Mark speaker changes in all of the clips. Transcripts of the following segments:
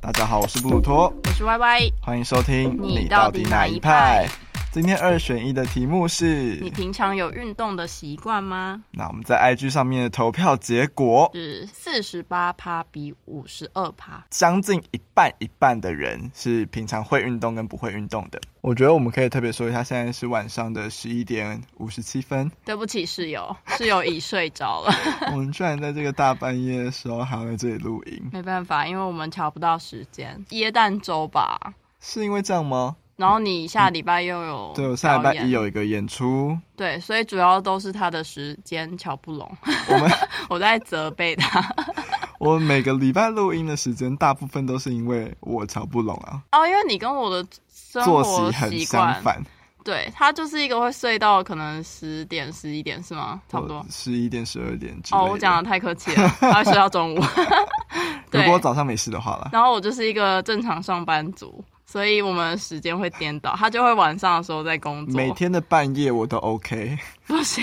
Speaker 1: 大家好，我是布鲁托，
Speaker 2: 我是 Y Y，
Speaker 1: 欢迎收听。
Speaker 2: 你到底哪一派？
Speaker 1: 今天二选一的题目是
Speaker 2: 你，平常有运动的习惯吗？
Speaker 1: 那我们在 IG 上面的投票结果，
Speaker 2: 是四十八趴比五十二趴，
Speaker 1: 将近一半一半的人是平常会运动跟不会运动的。我觉得我们可以特别说一下，现在是晚上的十一点五十七 分，
Speaker 2: 对不起室 友，室友已睡着了，
Speaker 1: 我们居然在这个大半夜的时候还要在这里录音，
Speaker 2: 没办法，因为我们瞧不到时间。椰蛋粥吧，
Speaker 1: 是因为这样吗？
Speaker 2: 然后你下礼拜又有、
Speaker 1: 嗯对我下礼拜一，有一个演出，
Speaker 2: 对，所以主要都是他的时间瞧不拢，
Speaker 1: 我们
Speaker 2: 我在责备他。
Speaker 1: 我每个礼拜录音的时间，大部分都是因为我瞧不拢啊，
Speaker 2: 哦，因为你跟我的生
Speaker 1: 作
Speaker 2: 活
Speaker 1: 息很
Speaker 2: 习
Speaker 1: 相
Speaker 2: 惯，
Speaker 1: 反，
Speaker 2: 对他就是一个会睡到可能十点十一点是吗？差不多。
Speaker 1: 十一点、十二点之类
Speaker 2: 哦，
Speaker 1: 的。
Speaker 2: 我讲的太客气了，他会睡到 中午。
Speaker 1: 如
Speaker 2: 对
Speaker 1: 果，早上没事的话啦，
Speaker 2: 然后我就是一个正常上班族，所以我们时间会颠倒，他就会晚上的时候在工作。
Speaker 1: 每天的半夜我都 OK。
Speaker 2: 不行，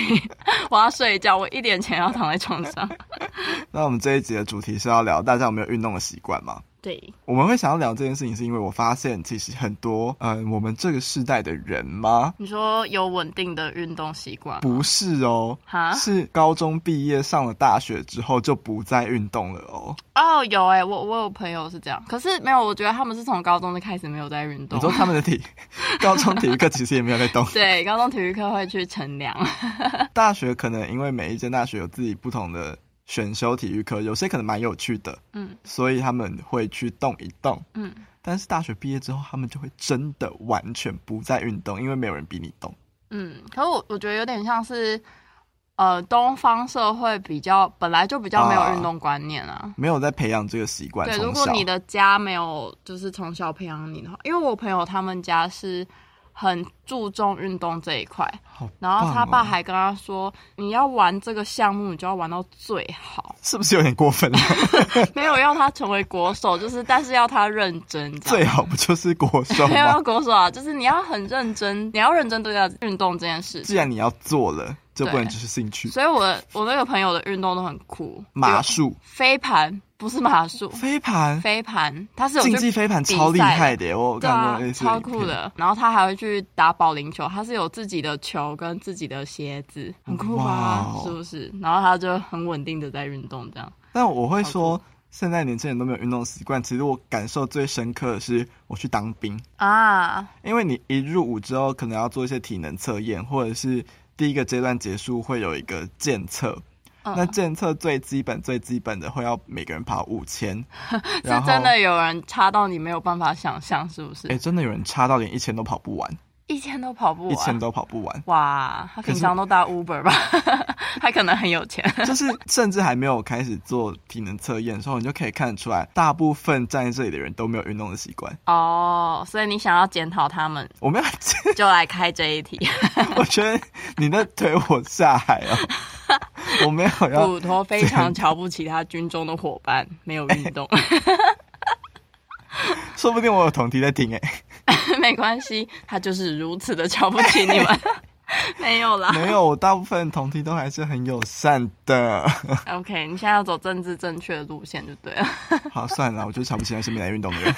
Speaker 2: 我要睡觉，我一点前要躺在床 上。
Speaker 1: 那我们这一集的主题是要聊大家有没有运动的习惯吗？
Speaker 2: 对，
Speaker 1: 我们会想要聊这件事情，是因为我发现其实很多，嗯、我们这个世代的人吗？
Speaker 2: 你说有稳定的运动习惯吗
Speaker 1: 不是哦，
Speaker 2: 哈
Speaker 1: 是高中毕业上了大学之后就不再运动了哦。
Speaker 2: 哦，有哎、我我有朋友是这样，可是没有，我觉得他们是从高中就开始没有在运
Speaker 1: 你
Speaker 2: 动
Speaker 1: 说。他们的 体，高中体育课其实也没有在动，
Speaker 2: 对，高中体育课会去乘凉。
Speaker 1: 大学可能因为每一间大学有自己不同的选修体育课，有些可能蛮有趣的，
Speaker 2: 嗯
Speaker 1: 所以他们会去动一动。
Speaker 2: 嗯，
Speaker 1: 但是大学毕业之后，他们就会真的完全不再运动，因为没有人逼你动。
Speaker 2: 嗯，可是我我觉得有点像是，呃，东方社会比较本来就比较没有运动观念啊。
Speaker 1: 没有在培养这个习惯。
Speaker 2: 对，
Speaker 1: 从
Speaker 2: 如果
Speaker 1: 小
Speaker 2: 你的家没有就是从小培养你的话，因为我朋友他们家是很注重运动这一块，
Speaker 1: 好
Speaker 2: 然后他
Speaker 1: 棒哦
Speaker 2: 爸还跟他说，你要玩这个项目，你就要玩到最好，
Speaker 1: 是不是有点过 分了？
Speaker 2: 没有要他成为国手，就是但是要他认真这样。
Speaker 1: 最好不就是国手
Speaker 2: 没有
Speaker 1: 吗
Speaker 2: 要？国手啊，就是你要很认真，你要认真对待运动这件事情
Speaker 1: 既。然你要做了，就不能
Speaker 2: 对
Speaker 1: 只是兴趣。
Speaker 2: 所以我的我那个朋友的运动都很酷，
Speaker 1: 马
Speaker 2: 有
Speaker 1: 术、
Speaker 2: 飞盘不是马术，
Speaker 1: 飞盘、
Speaker 2: 飞盘他是有
Speaker 1: 竞
Speaker 2: 去
Speaker 1: 技飞盘
Speaker 2: 比
Speaker 1: 超厉
Speaker 2: 赛
Speaker 1: 害的耶，我有
Speaker 2: 对
Speaker 1: 看
Speaker 2: 啊
Speaker 1: 过类，似
Speaker 2: 超
Speaker 1: 影
Speaker 2: 酷
Speaker 1: 片。
Speaker 2: 的。然后他还会去打保龄球，他是有自己的球跟自己的鞋子，很酷
Speaker 1: 哇
Speaker 2: 吧？
Speaker 1: 哦
Speaker 2: 是不是？然后他就很稳定的在运动，这样。
Speaker 1: 但我会
Speaker 2: 超
Speaker 1: 说，现在年轻人都没有运动习惯。其实我感受最深刻的是我去当兵，
Speaker 2: 啊，
Speaker 1: 因为你一入伍之后，可能要做一些体能测验，或者是第一个阶段结束会有一个检测。
Speaker 2: 嗯
Speaker 1: 那检测最基本、最基本的会要每个人跑五 千，
Speaker 2: 是
Speaker 1: 然后
Speaker 2: 真的有人差到你没有办法想象，是不是
Speaker 1: 哎、？真的有人差到连一千都跑不完，
Speaker 2: 一千都跑不
Speaker 1: 一千
Speaker 2: 完。
Speaker 1: 都跑不完，
Speaker 2: 哇，他平常都搭 Uber 吧？ 他可能很有钱。
Speaker 1: 就是甚至还没有开始做体能测验的时候，你就可以看得出来，大部分站在这里的人都没有运动的习惯。
Speaker 2: 哦，所以你想要检讨他们，
Speaker 1: 我们要，
Speaker 2: 就来开这一题。
Speaker 1: 我觉得你在推我下海哦，我没有要
Speaker 2: 普陀非常瞧不起他军中的伙伴，没有运 动。
Speaker 1: 说不定我有同题在听哎、
Speaker 2: 没关系，他就是如此的瞧不起你 们。没有啦
Speaker 1: 没有，我大部分同题都还是很友善的。
Speaker 2: ，OK，你现在要走政治正确的路线就对了。
Speaker 1: 好，算了，我就瞧不起那些没来运动 的人。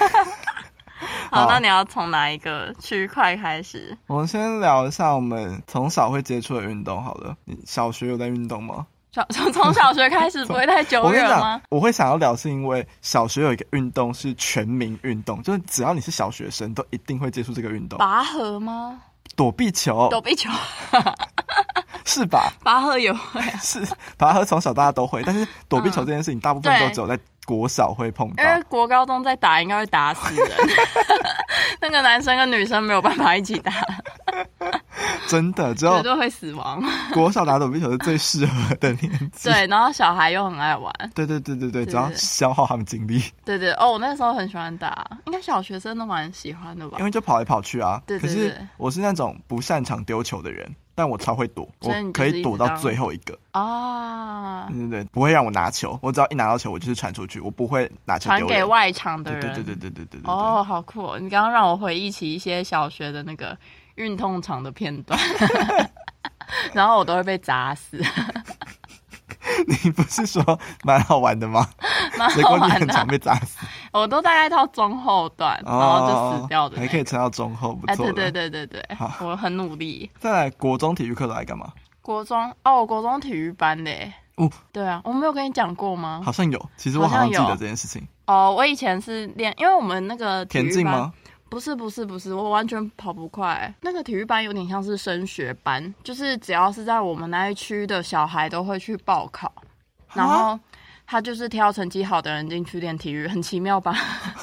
Speaker 2: 好，
Speaker 1: 好
Speaker 2: 那你要从哪一个区块开始？
Speaker 1: 我们先聊一下我们从小会接触的运动好了。你小学有在运动吗？
Speaker 2: 小从从小学 开始不会太久
Speaker 1: 我跟
Speaker 2: 远
Speaker 1: 你
Speaker 2: 吗
Speaker 1: 讲？，我会想要聊是因为小学有一个运动是全民运动，就是只要你是小学生，都一定会接触这个运动。
Speaker 2: 拔河吗？
Speaker 1: 躲避球
Speaker 2: 躲避球，
Speaker 1: 是 吧？
Speaker 2: 拔河
Speaker 1: 哦
Speaker 2: 也会啊、
Speaker 1: 是拔河从小大家都会，但是躲避球这件事情，大部分
Speaker 2: 对
Speaker 1: 都只有在国小会碰到
Speaker 2: 因。为国高中在打，应该会打 死人。那个男生跟女生没有办法一起打，
Speaker 1: 真的，只
Speaker 2: 绝
Speaker 1: 有
Speaker 2: 对会死亡。
Speaker 1: 国小打躲避球是最适合的年纪。
Speaker 2: 对，然后小孩又很爱玩。
Speaker 1: 对对对对对，
Speaker 2: 对
Speaker 1: 只要
Speaker 2: 对
Speaker 1: 消耗他们精力，
Speaker 2: 对对，哦，我那时候很喜欢打，应该小学生都蛮喜欢的吧
Speaker 1: 因？为就跑来跑去啊。
Speaker 2: 哦对
Speaker 1: 可
Speaker 2: 对
Speaker 1: 是
Speaker 2: 对
Speaker 1: 我是那种不擅长丢球的人，但我超会躲，我
Speaker 2: 所以你就
Speaker 1: 可
Speaker 2: 是
Speaker 1: 以躲
Speaker 2: 一直
Speaker 1: 到
Speaker 2: 当
Speaker 1: 最后一个。
Speaker 2: 啊，
Speaker 1: 对对对，不会让我拿球，我只要一拿到球，我就是传出去，我不会拿球
Speaker 2: 传
Speaker 1: 丢
Speaker 2: 给
Speaker 1: 人。
Speaker 2: 外场的
Speaker 1: 对
Speaker 2: 人。
Speaker 1: 对对对对对对对。对，
Speaker 2: 哦，好酷、哦！你刚刚让我回忆起一些小学的那个 运动场的片段，然后我都会被砸死。
Speaker 1: 你不是说蛮好玩的 吗？
Speaker 2: 蛮
Speaker 1: 结
Speaker 2: 好
Speaker 1: 果你
Speaker 2: 玩
Speaker 1: 很常
Speaker 2: 的。
Speaker 1: 被砸死，
Speaker 2: 我都大概到中后段，然后哦就死掉的
Speaker 1: 哦还
Speaker 2: 那
Speaker 1: 可
Speaker 2: 个。
Speaker 1: 以撑到中后，不
Speaker 2: 哎，
Speaker 1: 错
Speaker 2: 对
Speaker 1: 的。
Speaker 2: 对对对对，
Speaker 1: 好
Speaker 2: 我很努力。
Speaker 1: 再来，国中体育课都来干嘛？
Speaker 2: 国中哦，我国中体育班的耶。
Speaker 1: 哦
Speaker 2: 对啊，我没有跟你讲过吗？
Speaker 1: 好像有，其实我
Speaker 2: 哦好
Speaker 1: 好
Speaker 2: 像
Speaker 1: 像记得
Speaker 2: 有
Speaker 1: 这件事情。
Speaker 2: 哦，我以前是练，因为我们那个体
Speaker 1: 田
Speaker 2: 育
Speaker 1: 径
Speaker 2: 班
Speaker 1: 吗？
Speaker 2: 不是不是不是，我完全跑不快。那个体育班有点像是升学班，就是只要是在我们那一区的小孩都会去报考，然
Speaker 1: 啊
Speaker 2: 后他就是挑成绩好的人进去练体育，很奇妙吧？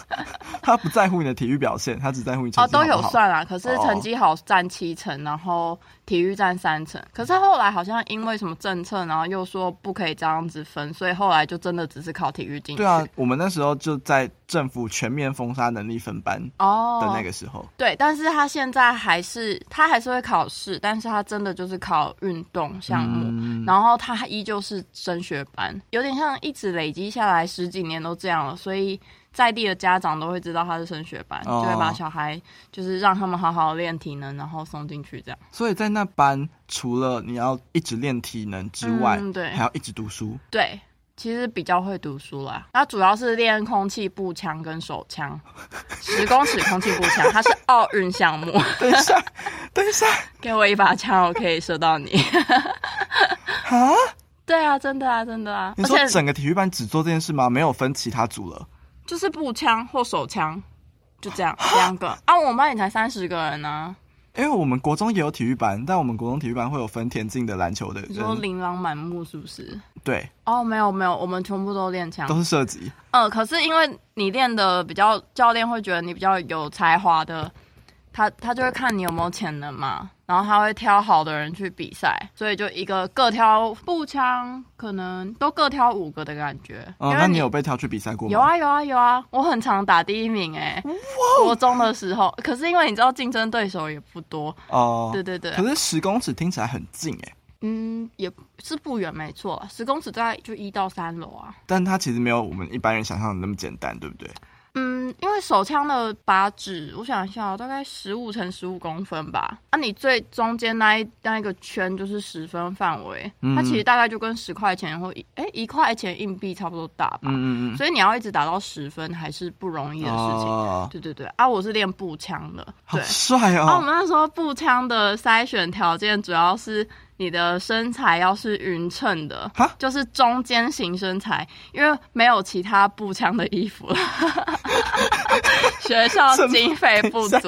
Speaker 1: 他不在乎你的体育表现，他只在乎你成
Speaker 2: 哦，
Speaker 1: 绩好
Speaker 2: 都
Speaker 1: 不好
Speaker 2: 有算啦，可是
Speaker 1: 哦
Speaker 2: 成绩好占七成，然后体育占三成。可是后来好像因为什么政策，然后又说不可以这样子分，所以后来就真的只是考体育进去。
Speaker 1: 对啊，我们那时候就在政府全面封杀能力分班
Speaker 2: 哦，
Speaker 1: 的那个时候，
Speaker 2: 对，但是他现在还是他还是会考试，但是他真的就是考运动项目，
Speaker 1: 嗯
Speaker 2: 然后他依旧是升学班，有点像一直累积下来十几年都这样了，所以在地的家长都会知道他是升学班，
Speaker 1: 哦
Speaker 2: 就会把小孩就是让他们好好练体能，然后送进去这样。
Speaker 1: 所以在那班除了你要一直练体能之外，
Speaker 2: 嗯对
Speaker 1: 还要一直读书。
Speaker 2: 对，其实比较会读书啦，他主要是练空气步枪跟手枪，十公尺空气步枪，它是奥运项目，
Speaker 1: 等一 下，等一下
Speaker 2: 给我一把枪，我可以射 到你。
Speaker 1: 啊！
Speaker 2: 对啊，真的啊，真的啊，
Speaker 1: 你
Speaker 2: 而
Speaker 1: 说
Speaker 2: 且
Speaker 1: 整个体育班只做这件事吗？没有分其他组了？
Speaker 2: 就是步枪或手枪，就这样两个啊。我们班也才三十个人啊，
Speaker 1: 因为我们国中也有体育班，但我们国中体育班会有分田径的、篮球的
Speaker 2: 你说
Speaker 1: 人，
Speaker 2: 琳琅满目是不是？
Speaker 1: 对，
Speaker 2: 哦，没有没有，我们全部都练枪
Speaker 1: 都。是射击。
Speaker 2: 嗯，可是因为你练的比较，教练会觉得你比较有才华的，他他就会看你有没有潜能嘛，然后他会挑好的人去比赛，所以就一个各挑步枪，可能都各挑五个的感觉。
Speaker 1: 哦，
Speaker 2: 因
Speaker 1: 那
Speaker 2: 为
Speaker 1: 你有被挑去比赛过吗？
Speaker 2: 有，啊有啊有啊，我很常打第一名哎、
Speaker 1: 哦
Speaker 2: 国中的时候，可是因为你知道竞争对手也不多，
Speaker 1: 哦、
Speaker 2: 对对对，
Speaker 1: 可是十公尺听起来很近哎、
Speaker 2: 嗯，也是不远没错啊啦，十公尺大概就一到三楼啊。
Speaker 1: 但它其实没有我们一般人想象的那么简单，对不对？
Speaker 2: 嗯，因为手枪的靶纸，我想一下哦，大概十五乘十五公分吧。那、你最中间那一那一个圈就是十分范围，
Speaker 1: 嗯
Speaker 2: 它其实大概就跟十块钱或一哎一块钱硬币差不多大吧。
Speaker 1: 嗯嗯嗯，
Speaker 2: 所以你要一直打到十分还是不容易的事情。
Speaker 1: 哦，
Speaker 2: 对对对，啊，我是练步枪的，
Speaker 1: 好
Speaker 2: 对，
Speaker 1: 帅
Speaker 2: 啊，我
Speaker 1: 哦！
Speaker 2: 们那时候步枪的筛选条件主要是你的身材要是匀称的
Speaker 1: 哈，
Speaker 2: 就是中间型身材，因为没有其他步枪的衣服了。 学校
Speaker 1: 什么
Speaker 2: 经费不足，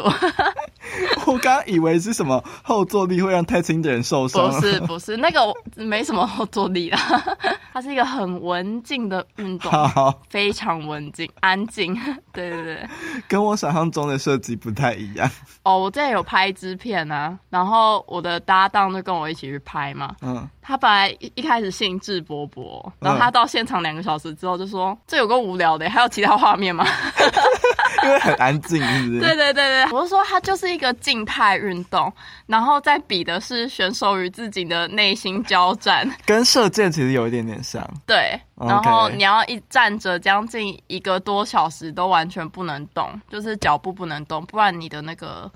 Speaker 1: 我刚刚以为是什么后坐力会让太轻的人受伤，
Speaker 2: 不是不是，那个我没什么后坐力啦， 它是一个很文静的运动，
Speaker 1: 好，
Speaker 2: 非常文静、安静。 对对对。
Speaker 1: 跟我想象中的设计不太一样。
Speaker 2: 哦，我之前有拍支片啊，然后我的搭档就跟我一起去拍嘛，
Speaker 1: 嗯，
Speaker 2: 他本来一一开始兴致勃勃，然
Speaker 1: 嗯
Speaker 2: 后他到现场两个小时之后就说：“这有个无聊的，还有其他画面吗
Speaker 1: 因为很安静，是不？”
Speaker 2: 对
Speaker 1: 是？
Speaker 2: 对对对，我是说它就是一个静态运动，然后在比的是选手与自己的内心交战。
Speaker 1: 跟射箭其实有一点点像。
Speaker 2: 对，
Speaker 1: 哦 OK
Speaker 2: 然后你要一站着将近一个多小时都完全不能动，就是脚步不能动，不然你的那个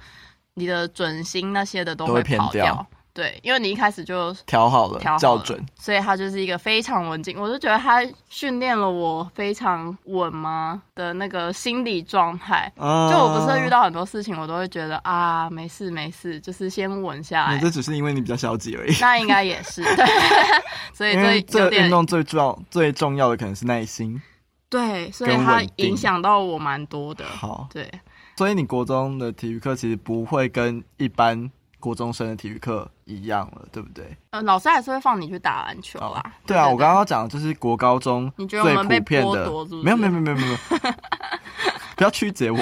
Speaker 2: 你的准心那些的都
Speaker 1: 都会
Speaker 2: 会
Speaker 1: 偏
Speaker 2: 跑
Speaker 1: 掉
Speaker 2: 掉。对，因为你一开始就
Speaker 1: 调好了，
Speaker 2: 调好
Speaker 1: 校
Speaker 2: 了
Speaker 1: 准。
Speaker 2: 所以他就是一个非常文静，我就觉得他训练了我非常稳嘛的那个心理状态。
Speaker 1: 嗯，
Speaker 2: 就我不是遇，到很多事情，我都会觉得啊，没事没事，就是先稳下
Speaker 1: 你
Speaker 2: 来
Speaker 1: 这。只是因为你比较消极而已。
Speaker 2: 那应该 也是对，所以
Speaker 1: 因为
Speaker 2: 这有
Speaker 1: 这运
Speaker 2: 点
Speaker 1: 动最重要、最重要的可能是耐心。
Speaker 2: 对，所以
Speaker 1: 跟
Speaker 2: 它
Speaker 1: 稳定
Speaker 2: 影响到我蛮多的。
Speaker 1: 好，
Speaker 2: 对，
Speaker 1: 所以你国中的体育课其实不会跟一般国中生的体育课一样了，对不对？
Speaker 2: 呃，老师还是会放你去打篮球啦。
Speaker 1: 对啊，我刚刚讲的就是国高中
Speaker 2: 你觉
Speaker 1: 最
Speaker 2: 得我们被
Speaker 1: 普遍
Speaker 2: 剥
Speaker 1: 的
Speaker 2: 夺是不，是
Speaker 1: 没有没有没有没有没 有，不要曲解我。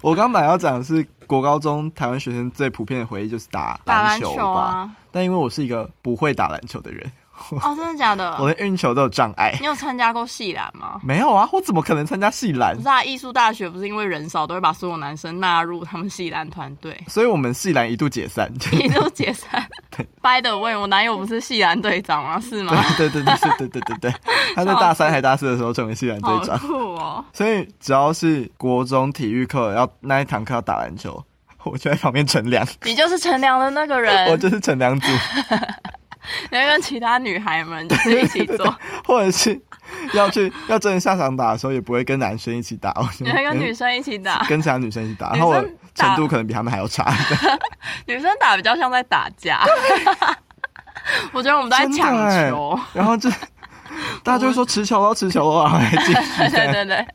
Speaker 1: 我刚本来要讲的是国高中台湾学生最普遍的回忆就是打
Speaker 2: 打篮
Speaker 1: 球
Speaker 2: 球
Speaker 1: 吧，
Speaker 2: 啊，
Speaker 1: 但因为我是一个不会打篮球的人，
Speaker 2: 哦，真的假的？
Speaker 1: 我连运球都有障 碍。
Speaker 2: 你有参加过系篮吗？
Speaker 1: 没有啊，我怎么可能参加系篮
Speaker 2: 不？是啊，艺术大学不是因为人少都会把所有男生纳入他们系篮团队，
Speaker 1: 所以我们系篮一度解 散。
Speaker 2: 一度 解散。By the way，我男友不是系篮队长吗？是吗？
Speaker 1: 对对对对对对对 对，他在大三还大四的时候成为系篮队
Speaker 2: 好
Speaker 1: 长，
Speaker 2: 酷哦！
Speaker 1: 所以只要是国中体育课要那一堂课要打篮球，我就在旁边乘凉，
Speaker 2: 你就是乘凉的那个人
Speaker 1: 我，就是乘凉组。
Speaker 2: 你要跟其他女孩们就是一起做，
Speaker 1: 或者是要去要真的下场打的时候，也不会跟男生一起打，我
Speaker 2: 你会跟女生一起打，
Speaker 1: 跟其他女生一起打，
Speaker 2: 女
Speaker 1: 然后我
Speaker 2: 生打
Speaker 1: 程度可能比他们还要差。 嗯
Speaker 2: 女生打比较像在打架。 我觉得我们都在
Speaker 1: 真的
Speaker 2: 抢
Speaker 1: 欸
Speaker 2: 球，
Speaker 1: 然后就大家就会说持球了，哦持球啊 了，来继续
Speaker 2: 对
Speaker 1: 这样。
Speaker 2: 对对，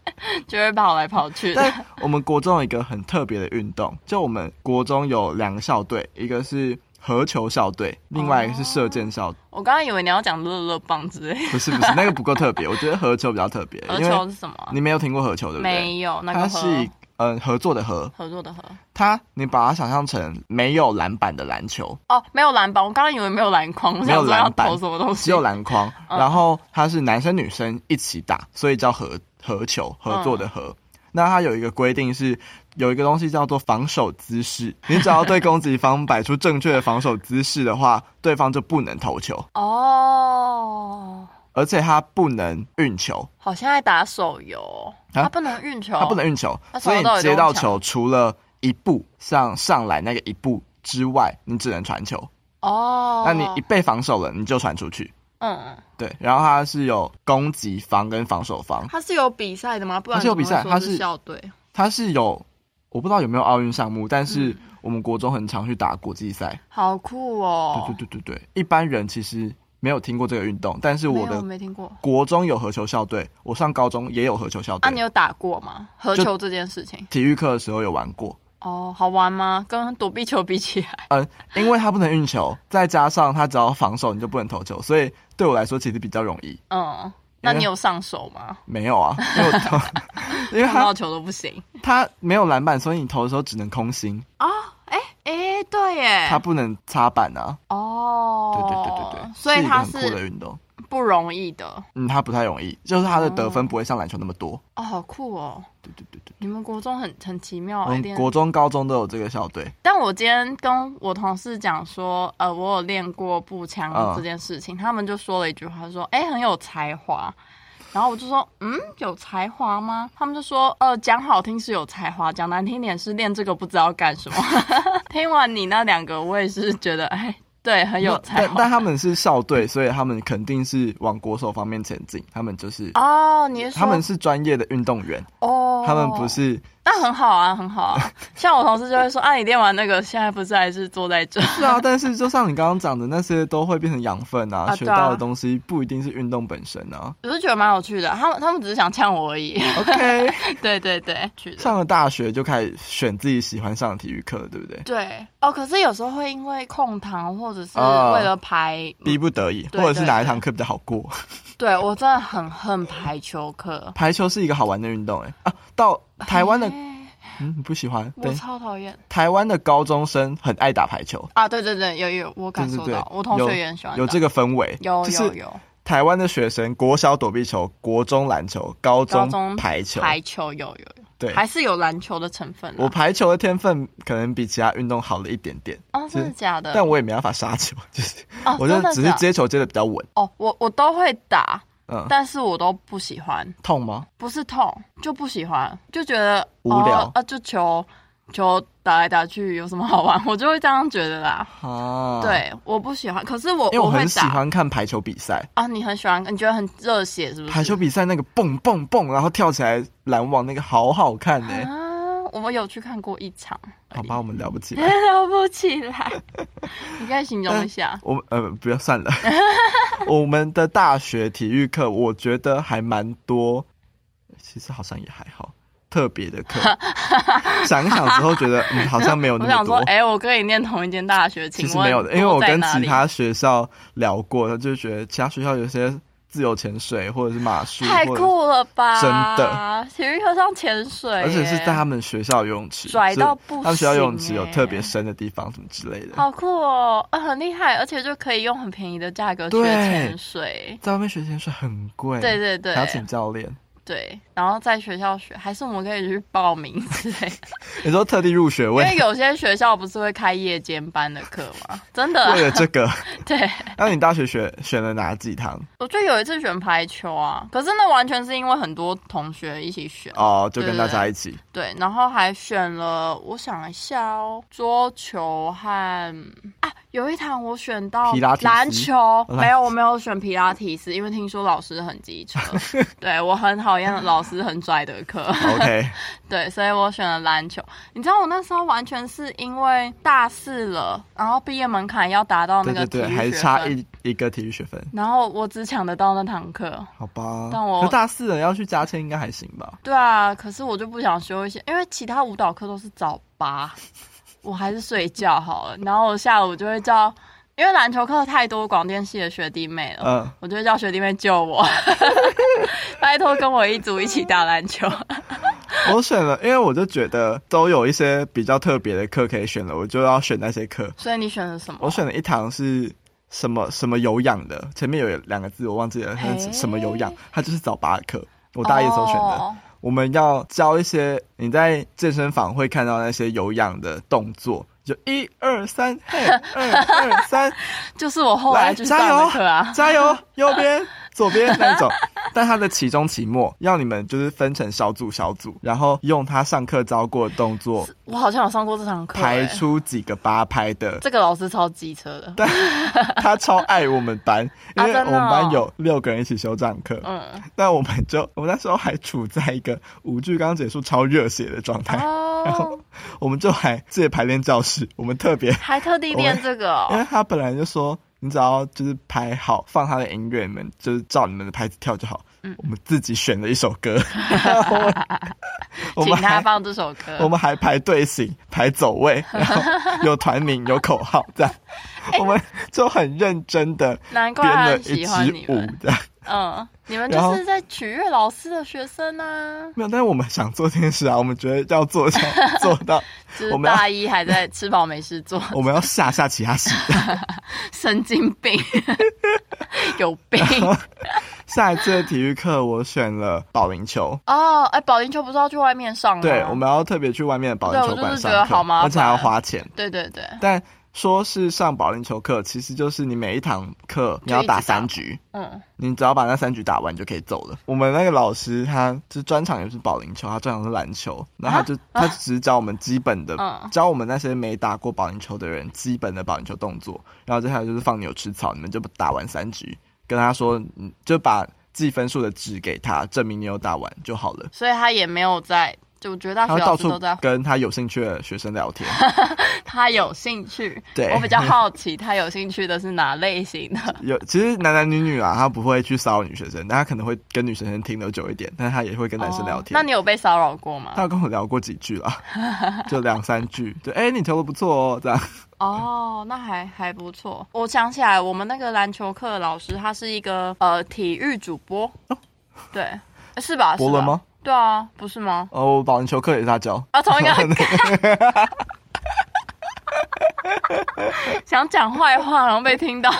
Speaker 2: 就会跑来跑去的。
Speaker 1: 但我们国中有一个很特别的运动，就我们国中有两个校队，一个是合球校队，另外一个是射箭校。
Speaker 2: 我刚刚以为你要讲乐乐棒之类的，
Speaker 1: 不是不是，那个不够特别，我觉得合球比较特别，
Speaker 2: 合
Speaker 1: 因为
Speaker 2: 球是什么啊？
Speaker 1: 你没有听过合球，对不对？
Speaker 2: 没有那
Speaker 1: 它
Speaker 2: 个
Speaker 1: 是
Speaker 2: 合
Speaker 1: 一嗯合作的合，
Speaker 2: 合作的合
Speaker 1: 它你把它想象成没有篮板的篮球，
Speaker 2: 哦，没有篮板，我刚刚以为没有篮筐，我
Speaker 1: 没有
Speaker 2: 想说要
Speaker 1: 篮板
Speaker 2: 投什么东西，
Speaker 1: 只有篮筐，
Speaker 2: 嗯
Speaker 1: 然后它是男生女生一起打，所以叫合合球，
Speaker 2: 嗯
Speaker 1: 合作的合。那它有一个规定是，有一个东西叫做防守姿势，你只要对攻击方摆出正确的防守姿势的话， 对方就不能投球，
Speaker 2: 哦，
Speaker 1: 而且他不能运球，
Speaker 2: 好像在打手游，
Speaker 1: 啊
Speaker 2: 他不能运球，
Speaker 1: 他不能运球，
Speaker 2: 他从
Speaker 1: 所以
Speaker 2: 头到尾
Speaker 1: 你
Speaker 2: 都
Speaker 1: 接到
Speaker 2: 抢
Speaker 1: 球除了一步像上来那个一步之外，你只能传球。
Speaker 2: 哦。
Speaker 1: 那你一被防守了，你就传出去。
Speaker 2: 嗯，
Speaker 1: 对，然后它是有攻击方跟防守方，
Speaker 2: 他是有比赛的吗？不然
Speaker 1: 它是有比赛
Speaker 2: 怎么会说
Speaker 1: 它是
Speaker 2: 是校队
Speaker 1: 它是有，我不知道有没有奥运项目，但是
Speaker 2: 嗯
Speaker 1: 我们国中很常去打国际赛。
Speaker 2: 好酷哦！
Speaker 1: 对对对对对，一般人其实没有听过这个运动，但是我
Speaker 2: 没有
Speaker 1: 的
Speaker 2: 没听过
Speaker 1: 国中有合球校队，我上高中也有合球校队。
Speaker 2: 啊，你有打过吗？合
Speaker 1: 就
Speaker 2: 球这件事情
Speaker 1: 体育课的时候有玩过，
Speaker 2: 哦，好玩吗？跟躲避球比起来，
Speaker 1: 嗯，因为他不能运球，再加上他只要防守你就不能投球，所以对我来说其实比较容易。
Speaker 2: 嗯，那你有上手吗？
Speaker 1: 没有 啊，因为我投，因为
Speaker 2: 碰到
Speaker 1: 他
Speaker 2: 球都不行
Speaker 1: 他没有篮板，所以你投的时候只能空心，
Speaker 2: 啊！哎哎，对耶
Speaker 1: 他，不能擦板啊。
Speaker 2: 哦，
Speaker 1: 对对对对对，
Speaker 2: 所以
Speaker 1: 是一个
Speaker 2: 他
Speaker 1: 很酷的
Speaker 2: 是
Speaker 1: 运动。
Speaker 2: 不容易的
Speaker 1: 嗯，他不太容易，就是他的得分不会像篮球那么多。
Speaker 2: 哦，好酷哦！
Speaker 1: 对对对对，
Speaker 2: 你们国中很很奇妙，
Speaker 1: 我
Speaker 2: 有
Speaker 1: 们
Speaker 2: 点
Speaker 1: 国中、高中都有这个校队。
Speaker 2: 但我今天跟我同事讲说，呃，我有练过步枪
Speaker 1: 嗯
Speaker 2: 这件事情，他们就说了一句话，说，哎、很有才华。然后我就说，嗯，有才华吗？他们就说，呃，讲好听是有才华，讲难听点是练这个不知道干什么。 听完你那两个，我也是觉得，哎，对，很有才
Speaker 1: 但但
Speaker 2: 华。
Speaker 1: 他们是校队，所以他们肯定是往国手方面前进。他们就是，
Speaker 2: 哦，你是说
Speaker 1: 他们是专业的运动员，
Speaker 2: 哦，
Speaker 1: 他们不是。
Speaker 2: 那很好啊，很好啊。像我同事就会说，啊，你练完那个，现在不是还是坐在这？
Speaker 1: 是啊，但是就像你刚刚讲的，那些都会变成养分啊，
Speaker 2: 啊
Speaker 1: 学
Speaker 2: 对啊
Speaker 1: 到的东西不一定是运动本身啊。
Speaker 2: 我就觉得蛮有趣的。他们他们只是想呛我而
Speaker 1: 嗯
Speaker 2: 已。
Speaker 1: OK，
Speaker 2: 对对对，去的。
Speaker 1: 上了大学就开始选自己喜欢上的体育课，对不对？
Speaker 2: 对哦，可是有时候会因为空堂或者是
Speaker 1: 啊
Speaker 2: 为了排，
Speaker 1: 逼不得已，
Speaker 2: 对
Speaker 1: 或者是
Speaker 2: 对
Speaker 1: 哪一
Speaker 2: 对
Speaker 1: 堂课比较好过？
Speaker 2: 对我真的很恨排球课。
Speaker 1: 排球是一个好玩的运动、欸，哎啊，到台湾的
Speaker 2: 哎
Speaker 1: 嗯不喜欢，
Speaker 2: 我
Speaker 1: 对，
Speaker 2: 超讨厌
Speaker 1: 台湾的高中生很爱打排球，
Speaker 2: 啊！对对对，有有我感
Speaker 1: 对
Speaker 2: 受到，
Speaker 1: 对对
Speaker 2: 我同
Speaker 1: 有
Speaker 2: 学也很喜欢
Speaker 1: 有
Speaker 2: 打
Speaker 1: 这个氛围，
Speaker 2: 有
Speaker 1: 就
Speaker 2: 有
Speaker 1: 是
Speaker 2: 有
Speaker 1: 台湾的学生国小躲避球，国中篮球，高
Speaker 2: 高中
Speaker 1: 排球，
Speaker 2: 排球有有有，
Speaker 1: 对。
Speaker 2: 还是有篮球的成分啦。啊
Speaker 1: 我排球的天分可能比其他运动好了一点点，
Speaker 2: 哦，真的
Speaker 1: 是
Speaker 2: 假的？
Speaker 1: 但我也没办法杀球， 就是
Speaker 2: 哦，
Speaker 1: 我就
Speaker 2: 真的
Speaker 1: 只是
Speaker 2: 假的
Speaker 1: 接球接的比较稳。
Speaker 2: 哦，我我都会打，
Speaker 1: 嗯，
Speaker 2: 但是我都不喜欢，
Speaker 1: 痛吗？
Speaker 2: 不是痛就不喜欢，就觉得
Speaker 1: 无聊
Speaker 2: 哦啊，就球球打来打去有什么好玩？我 就会这样觉得啦。
Speaker 1: 啊，，
Speaker 2: 对，我不喜欢，可是我
Speaker 1: 因为我
Speaker 2: 会
Speaker 1: 很喜
Speaker 2: 打
Speaker 1: 欢看排球比赛，
Speaker 2: 啊，你很喜欢，你觉得很热血是不是？
Speaker 1: 排球比赛那个蹦蹦蹦，然后跳起来拦网那个好好看呢、
Speaker 2: 啊，我们有去看过一场，
Speaker 1: 好吧，我们聊不起来。
Speaker 2: 聊不 起来，你可以形容一下
Speaker 1: 我们呃，不要 算了。我们的大学体育课，我觉得还蛮多，其实好像也还好，特别的课。想一想之后，觉得嗯，好像没有那
Speaker 2: 我
Speaker 1: 么
Speaker 2: 想说
Speaker 1: 多，。
Speaker 2: 哎、我跟你念同一间大学，
Speaker 1: 其
Speaker 2: 请
Speaker 1: 实
Speaker 2: 问
Speaker 1: 没有的，因为我
Speaker 2: 多在
Speaker 1: 跟
Speaker 2: 哪
Speaker 1: 其
Speaker 2: 里
Speaker 1: 他学校聊过，就觉得其他学校有些自由潜水或者是马术，
Speaker 2: 太
Speaker 1: 或者是
Speaker 2: 酷了吧？
Speaker 1: 真的，
Speaker 2: 体育课上潜水耶，
Speaker 1: 而且是在他们学校游泳池，
Speaker 2: 拽
Speaker 1: 所以
Speaker 2: 到不
Speaker 1: 他们学校游泳
Speaker 2: 行
Speaker 1: 池有
Speaker 2: 欸
Speaker 1: 特别深的地方，什么之类的。
Speaker 2: 好酷哦，啊，很厉害，而且就可以用很便宜的价格学
Speaker 1: 对
Speaker 2: 潜水。
Speaker 1: 在外面学潜水很贵，
Speaker 2: 对对对
Speaker 1: 还要请教练。
Speaker 2: 对，然后在学校学，还是我们可以去报名之类的。
Speaker 1: 你说特地入学
Speaker 2: 因
Speaker 1: 为
Speaker 2: 为有些学校不是会开夜间班的课 吗？真的、
Speaker 1: 为
Speaker 2: 啊，
Speaker 1: 了这个。
Speaker 2: 对，
Speaker 1: 那你大学选选了哪几堂？
Speaker 2: 我就有一次选排球啊，可是那完全是因为很多同学一起选，
Speaker 1: 哦，就跟
Speaker 2: 对
Speaker 1: 大家一起。
Speaker 2: 对，然后还选了，我想一下哦，桌球和啊，有一堂我选到
Speaker 1: 皮拉提斯
Speaker 2: 篮球，
Speaker 1: 拉
Speaker 2: 没有，我没有选皮拉提斯，因为听说老师很机 车，对我很讨厌老师很拽的课，
Speaker 1: OK，
Speaker 2: 对，所以我选了篮球。你知道我那时候完全是因为大四了，然后毕业门槛要达哦到那
Speaker 1: 对
Speaker 2: 个
Speaker 1: 对
Speaker 2: 体育
Speaker 1: 对，
Speaker 2: 学
Speaker 1: 还差
Speaker 2: 分
Speaker 1: 一一个体育学分，
Speaker 2: 然后我只抢得到那堂课，
Speaker 1: 好吧。
Speaker 2: 但我
Speaker 1: 可大四了要去加签应该还行 吧？
Speaker 2: 对啊，可是我就不想修一些，因为其他舞蹈课都是早八，我还是睡觉好了。然后我下午就会叫，因为篮球课太多广电系的学弟妹了，
Speaker 1: 嗯，
Speaker 2: 我就会叫学弟妹救我， 拜托跟我一组一起打篮球。
Speaker 1: 我选了，因为我就觉得都有一些比较特别的课可以选了，我就要选那些课。
Speaker 2: 所以你选的什么？
Speaker 1: 我选了一堂是什么什么有氧的，前面有两个字我忘记了，它
Speaker 2: 哎
Speaker 1: 是什么有氧，它就是早八的课。我
Speaker 2: 我
Speaker 1: 大一的时候选的
Speaker 2: 哦
Speaker 1: 我们要教一些你在健身房会看到那些有氧的动作， 就一二三，嘿，二二三，
Speaker 2: 就是我后来
Speaker 1: 来
Speaker 2: 去上
Speaker 1: 加油
Speaker 2: 的课啊。
Speaker 1: 加油，右边、左边那种。但他的期中、期末要你们就是分成小组、小组，然后用他上课教过的动作
Speaker 2: 我好像有上过这堂课、
Speaker 1: 排
Speaker 2: 欸
Speaker 1: 出几个八拍 的。
Speaker 2: 这个老师超机车的。
Speaker 1: 他超爱我们班，因
Speaker 2: 啊
Speaker 1: 为
Speaker 2: 真的哦
Speaker 1: 我们班有六个人一起修这堂课。
Speaker 2: 嗯，
Speaker 1: 那我们就我们那时候还处在一个五句刚结束超热血的状态，
Speaker 2: 哦，
Speaker 1: 我们就还借排练教室，我们特别
Speaker 2: 还特地
Speaker 1: 我们
Speaker 2: 练这个、
Speaker 1: 因
Speaker 2: 哦，
Speaker 1: 为他本来就说，你只要就是排好，放他的音乐，你们就是照你们的拍子跳就好。
Speaker 2: 嗯
Speaker 1: 我们自己选了一首 歌，然后我
Speaker 2: 请
Speaker 1: 们
Speaker 2: 他
Speaker 1: 还
Speaker 2: 放这首歌。
Speaker 1: 我们还排队形、排走位，然后有团名、有口号，这样我们就很认真的
Speaker 2: 难怪
Speaker 1: 编
Speaker 2: 他
Speaker 1: 了
Speaker 2: 很
Speaker 1: 一
Speaker 2: 哎喜欢
Speaker 1: 支
Speaker 2: 你
Speaker 1: 舞
Speaker 2: 们。，
Speaker 1: 这样
Speaker 2: 嗯，你们
Speaker 1: 然
Speaker 2: 就
Speaker 1: 后
Speaker 2: 是在取悦老师的学生啊，
Speaker 1: 没有。但是我们想做这件事啊，我们觉得要做到做到，
Speaker 2: 就
Speaker 1: 我
Speaker 2: 是
Speaker 1: 们要
Speaker 2: 大一还在吃饱没事做，
Speaker 1: 我们要吓吓其他系。
Speaker 2: 神经 病，有病
Speaker 1: 下一次的体育课我选了保龄球，
Speaker 2: 哦！哎，保龄球不是要去外面上吗？
Speaker 1: 对，我们要特别去外面的保龄球馆上
Speaker 2: 嗯对我就是觉得
Speaker 1: 课，
Speaker 2: 好麻烦
Speaker 1: 而且还要花钱。
Speaker 2: 对对对，
Speaker 1: 但说是上保龄球课，其实就是你每一堂课你要打三局，
Speaker 2: 嗯，
Speaker 1: 你只要把那三局打完就可以走了。我们那个老师他就专长也是保龄球，他专长是篮球，然后他就、他只是教我们基本的，
Speaker 2: 啊嗯
Speaker 1: 教我们那些没打过保龄球的人基本的保龄球动作，然后接下来就是放牛吃草，你们就打完三局，跟他说，嗯就把记分数的纸给他，证明你有打完就好了。
Speaker 2: 所以他也没有在，就我觉得大
Speaker 1: 他
Speaker 2: 学
Speaker 1: 会到
Speaker 2: 老师
Speaker 1: 处
Speaker 2: 都在，
Speaker 1: 跟他有兴趣的学生聊 天，
Speaker 2: 他有兴趣，
Speaker 1: 对
Speaker 2: 我比较好奇他有兴趣的是哪类型 的，
Speaker 1: 有其实男男女女啊，他不会去骚扰女学生，但他可能会跟女学生听得久一点，但他也会跟男生聊天。
Speaker 2: 哦那你有被骚扰过吗
Speaker 1: 他？有跟我聊过几句啦， 就两三句，就哎、你投的不错哦，这样。
Speaker 2: 哦，那还还不错。我想起来，我们那个篮球课的老师，他是一个呃体育主播，对，呃是吧？
Speaker 1: 哦伯伦
Speaker 2: 是吧
Speaker 1: 吗？
Speaker 2: 对啊，不是吗？
Speaker 1: 哦，我保龄球课也是他教，
Speaker 2: 啊，同一个 想讲坏话，然后被听到。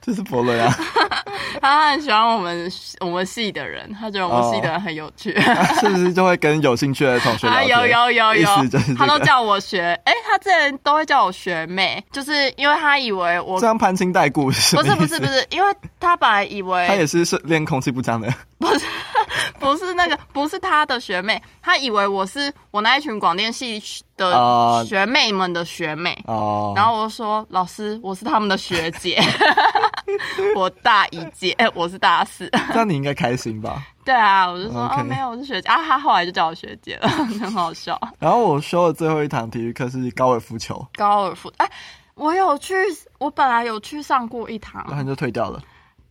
Speaker 1: 就是伯伦啊，
Speaker 2: 他很喜欢我们我们系的人，他觉得我们系的人很有趣。
Speaker 1: 是不是就会跟有兴趣的哦同学聊
Speaker 2: 啊，
Speaker 1: 天？
Speaker 2: 有有有有
Speaker 1: 意思就是这，个
Speaker 2: 他都叫我学，哎、他之前都会叫我学妹，就是因为他以为我
Speaker 1: 这样攀亲带故是什
Speaker 2: 不
Speaker 1: 么
Speaker 2: 是不
Speaker 1: 意
Speaker 2: 是
Speaker 1: 思
Speaker 2: 不是，因为他本来 以
Speaker 1: 他
Speaker 2: 为
Speaker 1: 也是是练空气步枪的，
Speaker 2: 不是 那个，不是他的学妹，他以为我是我那一群广电系
Speaker 1: 啊
Speaker 2: 的学妹们的学妹。
Speaker 1: 哦，
Speaker 2: 然后我就说：“老师，我是他们的学 姐，我大一届， 哎我是大四。
Speaker 1: 这样你应该开心吧？”
Speaker 2: 对啊，我就说：“
Speaker 1: OK
Speaker 2: 哦，没有，我是学姐啊。”他后来就叫我学姐了， 很好笑。
Speaker 1: 然后我修的最后一堂体育课是高尔夫球，
Speaker 2: 高尔夫，哎、我有去，我本来有去上过一
Speaker 1: 然后
Speaker 2: 堂，
Speaker 1: 你就退掉了。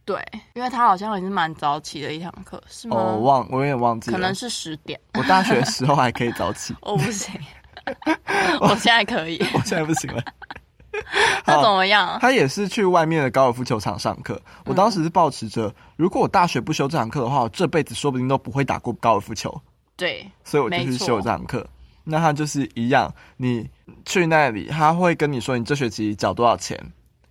Speaker 2: 对，因为他好像也是蛮早起的一堂课，是吗？
Speaker 1: 哦，我忘，我有点忘记了。
Speaker 2: 嗯可能是十点，
Speaker 1: 我大学的时候还可以早起，
Speaker 2: 我不行， 我现在可以。
Speaker 1: 我现在不行了。
Speaker 2: 那
Speaker 1: 好
Speaker 2: 怎么样？
Speaker 1: 他也是去外面的高尔夫球场上课。我当时是抱持着，如果我大学不修这堂课的话，我这辈子说不定都不会打过高尔夫球，
Speaker 2: 对，
Speaker 1: 所以我就
Speaker 2: 没
Speaker 1: 去
Speaker 2: 错
Speaker 1: 修这堂课。那他就是一样，你去那里，他会跟你说你这学期缴多少钱，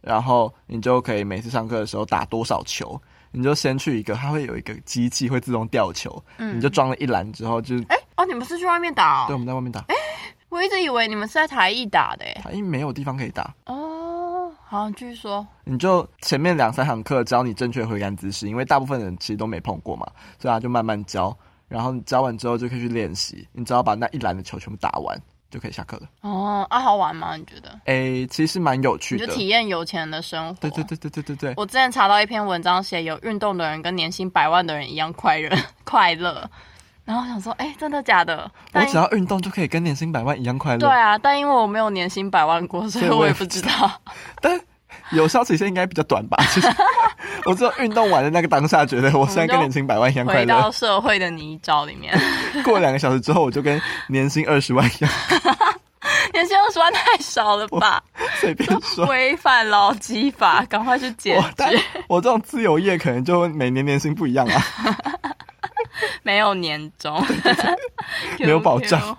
Speaker 1: 然后你就可以每次上课的时候打多少球。你就先去一个，它会有一个机器会自动吊球，
Speaker 2: 嗯
Speaker 1: 你就装了一篮之后，就是
Speaker 2: 哎、哦，你们是去外面打
Speaker 1: 对我
Speaker 2: 哦？
Speaker 1: 们在外面打，
Speaker 2: 我一直以为你们是在台艺打的耶。
Speaker 1: 它因为没有地方可以打，
Speaker 2: 哦，好，你继续说。
Speaker 1: 你就前面两三堂课教你正确挥杆姿势，因为大部分人其实都没碰过嘛，所以他就慢慢教。然后你教完之后就可以去练习，你只要把那一篮的球全部打完，就可以下课了。
Speaker 2: 哦，啊，好玩吗？你觉得？
Speaker 1: 诶、其实蛮有趣
Speaker 2: 你
Speaker 1: 的
Speaker 2: 就。体验有钱人的生活。
Speaker 1: 对对。对对对对对，
Speaker 2: 我之前查到一篇文章，写有运动的人跟年薪百万的人一样快乐 快乐，然后我想说，哎、真的假的？
Speaker 1: 我
Speaker 2: 但
Speaker 1: 只要运动就可以跟年薪百万一样快乐。
Speaker 2: 对啊，但因为我没有年薪百万过，所以
Speaker 1: 对我
Speaker 2: 我
Speaker 1: 也
Speaker 2: 也不知道。
Speaker 1: 但有效期限应该比较短吧？ 其实我只有运动完的那个当下，觉得我虽然跟年薪百万一样快
Speaker 2: 回
Speaker 1: 乐
Speaker 2: 到，社会的泥沼里面，
Speaker 1: 过两个小时之后，我就跟年薪二十万一样，
Speaker 2: 年薪二十万太少了吧？
Speaker 1: 随 便说。
Speaker 2: 违反劳基法，赶快去解
Speaker 1: 我但
Speaker 2: 决。
Speaker 1: 我这种自由业可能就每年年薪不一样 啊。
Speaker 2: 没有年终，
Speaker 1: 没有保障
Speaker 2: QQ。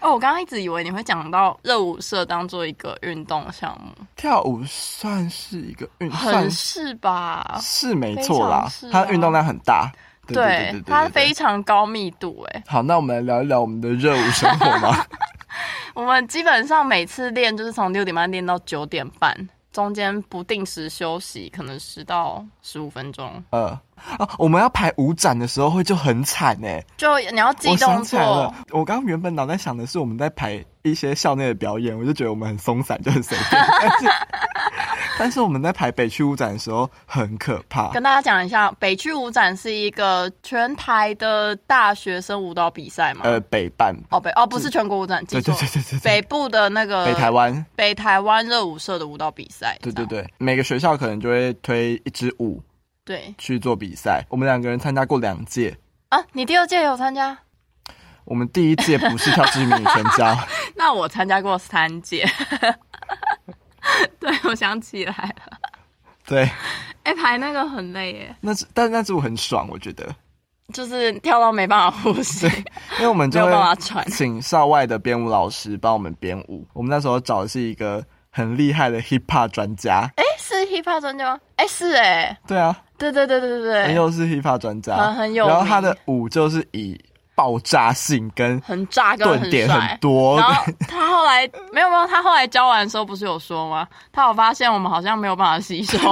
Speaker 2: 哦， 我刚刚一直以为你会讲到热舞社当做一个运动项目，
Speaker 1: 跳舞算是一个运，
Speaker 2: 很
Speaker 1: 啊算
Speaker 2: 是吧？
Speaker 1: 是没错啦
Speaker 2: 非常是，啊
Speaker 1: 它运动量很大。对对对对对
Speaker 2: 它
Speaker 1: 对
Speaker 2: 非常高密度哎。
Speaker 1: 好，那我们来聊一聊我们的热舞生活 吧。
Speaker 2: 我们基本上每次练就是从六点半练到九点半，中间不定时休息，可能十到十五分钟。
Speaker 1: 呃，啊，我们要排舞展的时候会就很惨哎、
Speaker 2: 就你要记
Speaker 1: 我
Speaker 2: 动
Speaker 1: 想起来
Speaker 2: 作
Speaker 1: 了，，我刚刚原本脑袋想的是我们在排一些校内的表演，我就觉得我们很松散，就很随 便。但是，但是我们在排北区舞展的时候很可怕。
Speaker 2: 跟大家讲一下，北区舞展是一个全台的大学生舞蹈比赛嘛。
Speaker 1: 呃，北办，
Speaker 2: 哦北哦不是全国舞展，记
Speaker 1: 对
Speaker 2: 错
Speaker 1: 对
Speaker 2: 了。
Speaker 1: 对对对对，
Speaker 2: 北部的那个
Speaker 1: 北台湾，
Speaker 2: 北台湾热舞社的舞蹈比赛，
Speaker 1: 对
Speaker 2: 呃这
Speaker 1: 对
Speaker 2: 样
Speaker 1: 对，每个学校可能就会推一支舞
Speaker 2: 对
Speaker 1: 去做比赛。我们两个人参加过两届，
Speaker 2: 啊！你第二届有参加？
Speaker 1: 我们第一届不是跳知名女全交，
Speaker 2: 那我参加过三届。 对，我想起来了，
Speaker 1: 对，
Speaker 2: 哎、排那个很累耶，
Speaker 1: 那支但那支舞很爽，我觉得，
Speaker 2: 就是跳到没办法呼吸，
Speaker 1: 因为我们
Speaker 2: 没
Speaker 1: 就
Speaker 2: 有
Speaker 1: 会
Speaker 2: 办法喘。
Speaker 1: 请校外的编舞老师帮我们编舞。我们那时候找的是一个很厉害的 hip hop 专家，
Speaker 2: 哎、是 hip hop 专家吗？哎、是哎，
Speaker 1: 对啊，
Speaker 2: 对对对对对对，
Speaker 1: 又是 hip hop 专家，
Speaker 2: 哎很很有名
Speaker 1: 然后他的舞就是以爆炸性跟
Speaker 2: 很炸跟
Speaker 1: 顿
Speaker 2: 很
Speaker 1: 点很
Speaker 2: 帅。
Speaker 1: 多
Speaker 2: 然，后他后来没有没有，他后来教完的时候不是有说吗？他有发现我们好像没有办法吸收， 因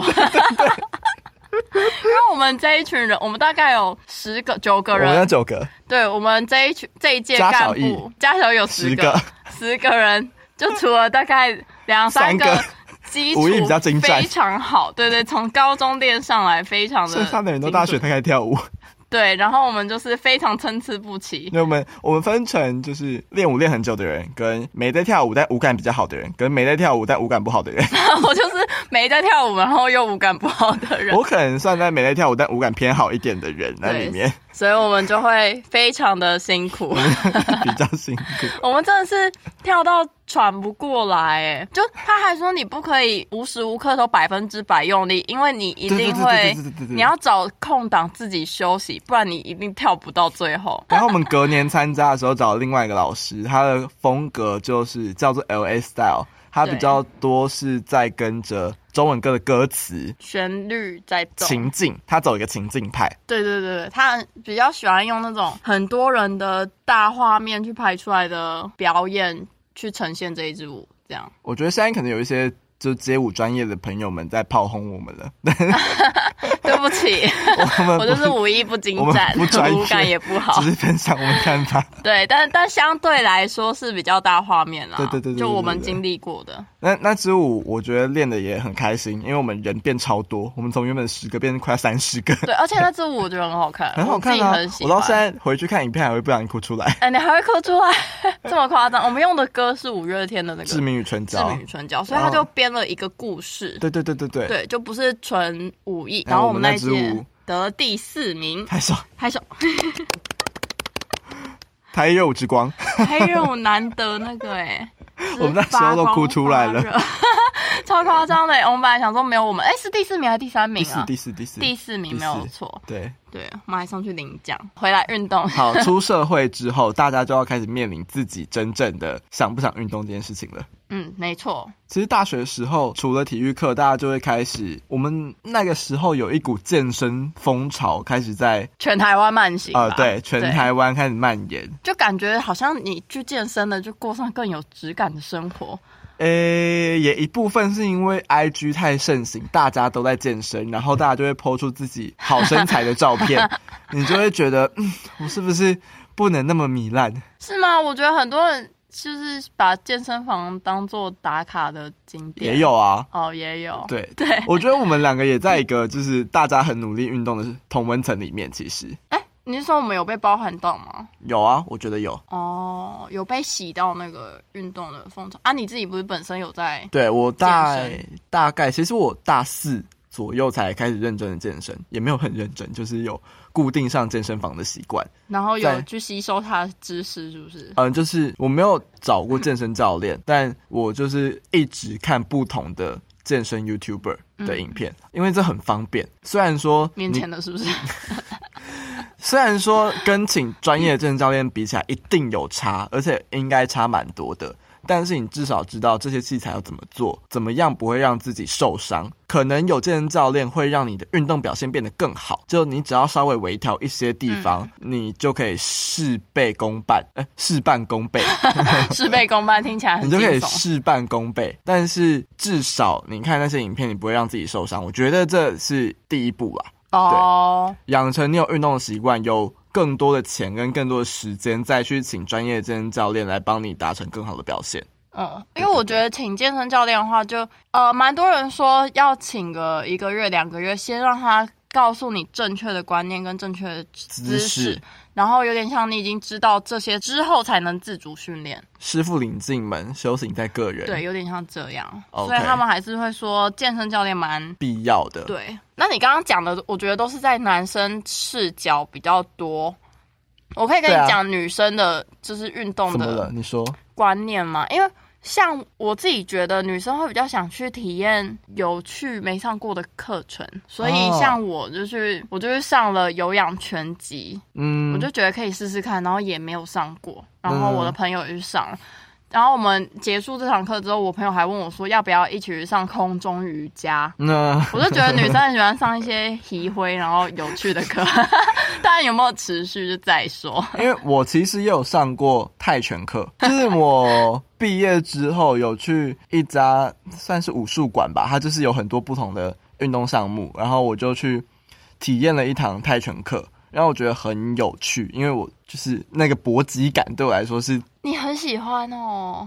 Speaker 2: 为我们这一群人，我们大概有十个九
Speaker 1: 我
Speaker 2: 个
Speaker 1: 们有
Speaker 2: 人，
Speaker 1: 九个，
Speaker 2: 对我们这一群这一届
Speaker 1: 加
Speaker 2: 干
Speaker 1: 小一
Speaker 2: 部加小有
Speaker 1: 十
Speaker 2: 十个，十个人，就除了大概两
Speaker 1: 三
Speaker 2: 三
Speaker 1: 个
Speaker 2: 基
Speaker 1: 武
Speaker 2: 础
Speaker 1: 艺比较精湛
Speaker 2: 非常好，对对，从高中练上来非常的
Speaker 1: 剩下的人都大学
Speaker 2: 精准
Speaker 1: 才开始跳舞。
Speaker 2: 对，然后我们就是非常参差不齐，
Speaker 1: 那我们我们分成就是练舞练很久的人，跟没在跳舞但舞感比较好的人，跟没在跳舞但舞感不好的人。
Speaker 2: 我就是没在跳舞，然后又舞感不好的人
Speaker 1: 我，可能算在没在跳舞但舞感偏好一点的人那里面
Speaker 2: 所以我们就会非常的辛苦。
Speaker 1: 比较辛苦。
Speaker 2: 我们真的是跳到喘不过来，哎，就他还说你不可以无时无刻都百分之百用力，因为你一定
Speaker 1: 对对对对
Speaker 2: 会
Speaker 1: 对对对对，
Speaker 2: 你要找空档自己休息，不然你一定跳不到最后。
Speaker 1: 然后我们隔年参加的时候找了另外一个老师，他的风格就是叫做 L A style，他比较多是在跟着中文歌的歌词
Speaker 2: 旋律在走，
Speaker 1: 情境，他走一个情境派。
Speaker 2: 对对对，对他比较喜欢用那种很多人的大画面去拍出来的表演去呈现这一支舞，这样。
Speaker 1: 我觉得现在可能有一些就街舞专业的朋友们在炮轰我们 了，
Speaker 2: 对不起，
Speaker 1: 我们
Speaker 2: 我
Speaker 1: 不
Speaker 2: 就是武艺不精
Speaker 1: 我
Speaker 2: 湛
Speaker 1: 们不专，业
Speaker 2: 舞感也不好
Speaker 1: 只。是分享我们看法。
Speaker 2: 对，但但相对来说是比较大画面啦。
Speaker 1: 对对对对
Speaker 2: 就我们
Speaker 1: 对对对
Speaker 2: 经历过的。
Speaker 1: 那那支舞我觉得练的也很开心，因为我们人变超多，我们从原本十个变成快要三十个，
Speaker 2: 对，而且那支舞我觉得很好看，
Speaker 1: 很好看啊
Speaker 2: 我自己很！喜
Speaker 1: 我
Speaker 2: 欢。
Speaker 1: 到现在回去看影片还会不小心哭出来，
Speaker 2: 哎、你还会哭出来， 这么夸张？我们用的歌是五月天的那个《
Speaker 1: 《志明与春
Speaker 2: 志
Speaker 1: 娇》
Speaker 2: 明与春娇》，所以他就编了一个故事，
Speaker 1: 对对对对对，
Speaker 2: 对，就不是纯武艺。
Speaker 1: 然
Speaker 2: 然
Speaker 1: 后
Speaker 2: 后
Speaker 1: 我
Speaker 2: 我
Speaker 1: 们
Speaker 2: 们
Speaker 1: 那
Speaker 2: 那
Speaker 1: 支舞
Speaker 2: 届得了第四名，
Speaker 1: 太爽！
Speaker 2: 拍手，
Speaker 1: 台热舞之光，
Speaker 2: 黑热舞难得那个哎、
Speaker 1: 我们那时候都哭出来了
Speaker 2: 发光发热， 超夸张的、欸我们本来想说没有我们，哎、是第四名还是第三名
Speaker 1: 第四
Speaker 2: 啊？
Speaker 1: 第四第四
Speaker 2: 第四名
Speaker 1: 第四
Speaker 2: 没有错，
Speaker 1: 对，
Speaker 2: 对，我们还上去领奖，回来运动。
Speaker 1: 好，出社会之后，大家就要开始面临自己真正的想不想运动这件事情了。
Speaker 2: 嗯，没错，
Speaker 1: 其实大学的时候，除了体育课，大家就会开始，我们那个时候有一股健身风潮，开始在
Speaker 2: 全台湾慢行吧啊
Speaker 1: 呃，对，全台湾开始蔓延。
Speaker 2: 就感觉好像你去健身了，就过上更有质感的生活。
Speaker 1: 诶、也一部分是因为 I G 太盛行，大家都在健身，然后大家就会抛出自己好身材的照 片，你就会觉得，嗯，我是不是不能那么糜烂？
Speaker 2: 是吗？我觉得很多人就是把健身房当做打卡的景点，
Speaker 1: 也有啊。
Speaker 2: 哦，也有，
Speaker 1: 对，
Speaker 2: 对，
Speaker 1: 我觉得我们两个也在一个就是大家很努力运动的同温层里面，其实
Speaker 2: 哎、你是说我们有被包含到吗？
Speaker 1: 有啊，我觉得有。
Speaker 2: 哦，有被洗到那个运动的风潮啊？你自己不是本身有在？
Speaker 1: 对我大
Speaker 2: 健
Speaker 1: 大概，其实我大四左右才开始认真的健身，也没有很认真，就是有固定上健身房的习惯。
Speaker 2: 然后有
Speaker 1: 在
Speaker 2: 去吸收他的知识，是不是？
Speaker 1: 嗯，就是我没有找过健身教练，但我就是一直看不同的健身 YouTuber 的影片，因为这很方便。虽然说
Speaker 2: 面
Speaker 1: 你
Speaker 2: 前的是 不是？
Speaker 1: 虽然说跟请专业的健身教练比起来一定有差，而且应该差蛮多的，但是你至少知道这些器材要怎么做，怎么样不会让自己受伤。可能有健身教练会让你的运动表现变得更好，就你只要稍微微调一些地方，你就可以事倍功半，呃，事半功倍。
Speaker 2: 事倍功半，听起来很
Speaker 1: 你就可以
Speaker 2: 惊悚
Speaker 1: 事半功倍。但是至少你看那些影片，你不会让自己受伤。我觉得这是第一步啦，
Speaker 2: 哦。
Speaker 1: 养成你有运动的习惯，有更多的钱跟更多的时间，再去请专业的健身教练来帮你达成更好的表现。
Speaker 2: 嗯，因为我觉得请健身教练的话就，呃，蛮多人说要请个一个月、两个月，先让他告诉你正确的观念跟正确的姿
Speaker 1: 姿势
Speaker 2: 势，然后有点像你已经知道这些之后，才能自主训练。
Speaker 1: 师傅领进门，修行在个人，
Speaker 2: 对，，有点像这样。
Speaker 1: OK
Speaker 2: 所以他们还是会说健身教练蛮
Speaker 1: 必要的。，
Speaker 2: 对。那你刚刚讲的，我觉得都是在男生视角比较多。我可以跟
Speaker 1: 对啊
Speaker 2: 你讲女生的，就是运动
Speaker 1: 怎么
Speaker 2: 的
Speaker 1: 了？你说
Speaker 2: 观念嘛，因为像我自己觉得女生会比较想去体验有去没上过的课程，所以
Speaker 1: 哦
Speaker 2: 像我就去，我就去上了有氧拳击，
Speaker 1: 嗯，
Speaker 2: 我就觉得可以试试看，然后也没有上过，然后
Speaker 1: 嗯
Speaker 2: 我的朋友也去上了。然后我们结束这堂课之后，我朋友还问我说要不要一起去上空中瑜伽。
Speaker 1: 那
Speaker 2: 我就觉得女生很喜欢上一些 体灰，然后有趣的课， 当然有没有持续就再说。
Speaker 1: 因为我其实也有上过泰拳 课，就是我毕业之后有去一家算是武术馆吧，它就是有很多不同的运动项目，然后我就去体验了一堂泰拳课，然后我觉得很有趣，因为我就是那个搏击感对我来说是，
Speaker 2: 你很喜欢哦，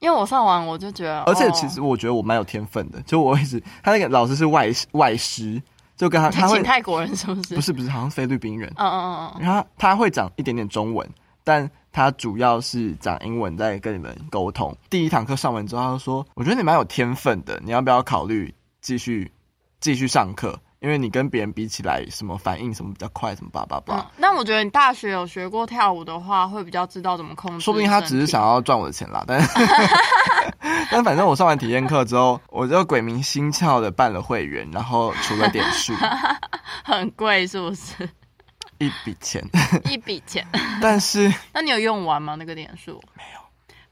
Speaker 2: 因为我上完我就觉得，
Speaker 1: 而且
Speaker 2: 哦
Speaker 1: 其实我觉得我蛮有天分的，就我一直他那个老师是外外师，就跟他他会
Speaker 2: 请泰国人是不是？
Speaker 1: 不，是不是好像菲律宾人，
Speaker 2: 嗯嗯嗯嗯，
Speaker 1: 然后他会讲一点点中文，但他主要是讲英文在跟你们沟通。第一堂课上完之后，他就说：“我觉得你蛮有天分的，你要不要考虑继续继续上课？因为你跟别人比起来，什么反应什么比较快，什么叭叭
Speaker 2: 嗯
Speaker 1: 叭。
Speaker 2: 那我觉得你大学有学过跳舞的话，会比较知道怎么控制身体。
Speaker 1: 说不定他只是想要赚我的钱啦， 但但反正我上完体验课之后，我就鬼迷心窍的办了会员，然后除了点 数
Speaker 2: 很贵，是不是？
Speaker 1: 一笔钱，
Speaker 2: 一笔 钱。
Speaker 1: 但是
Speaker 2: 那你有用完吗？那个点数？没有，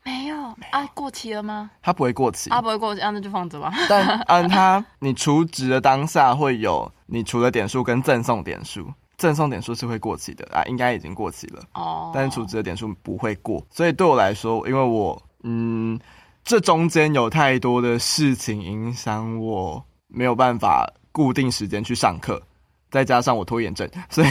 Speaker 2: 没有啊，过期了吗？
Speaker 1: 它不会过期。
Speaker 2: 啊，不会过期，啊、那就放着吧。
Speaker 1: 但嗯，它你除值的当下会有你除了点数跟赠送点数，赠送点数是会过期的啊，应该已经过期了，
Speaker 2: 哦，
Speaker 1: 但是除值的点数不会过，所以对我来说，因为我嗯，这中间有太多的事情影响我，没有办法固定时间去上课，再加上我拖延症，所以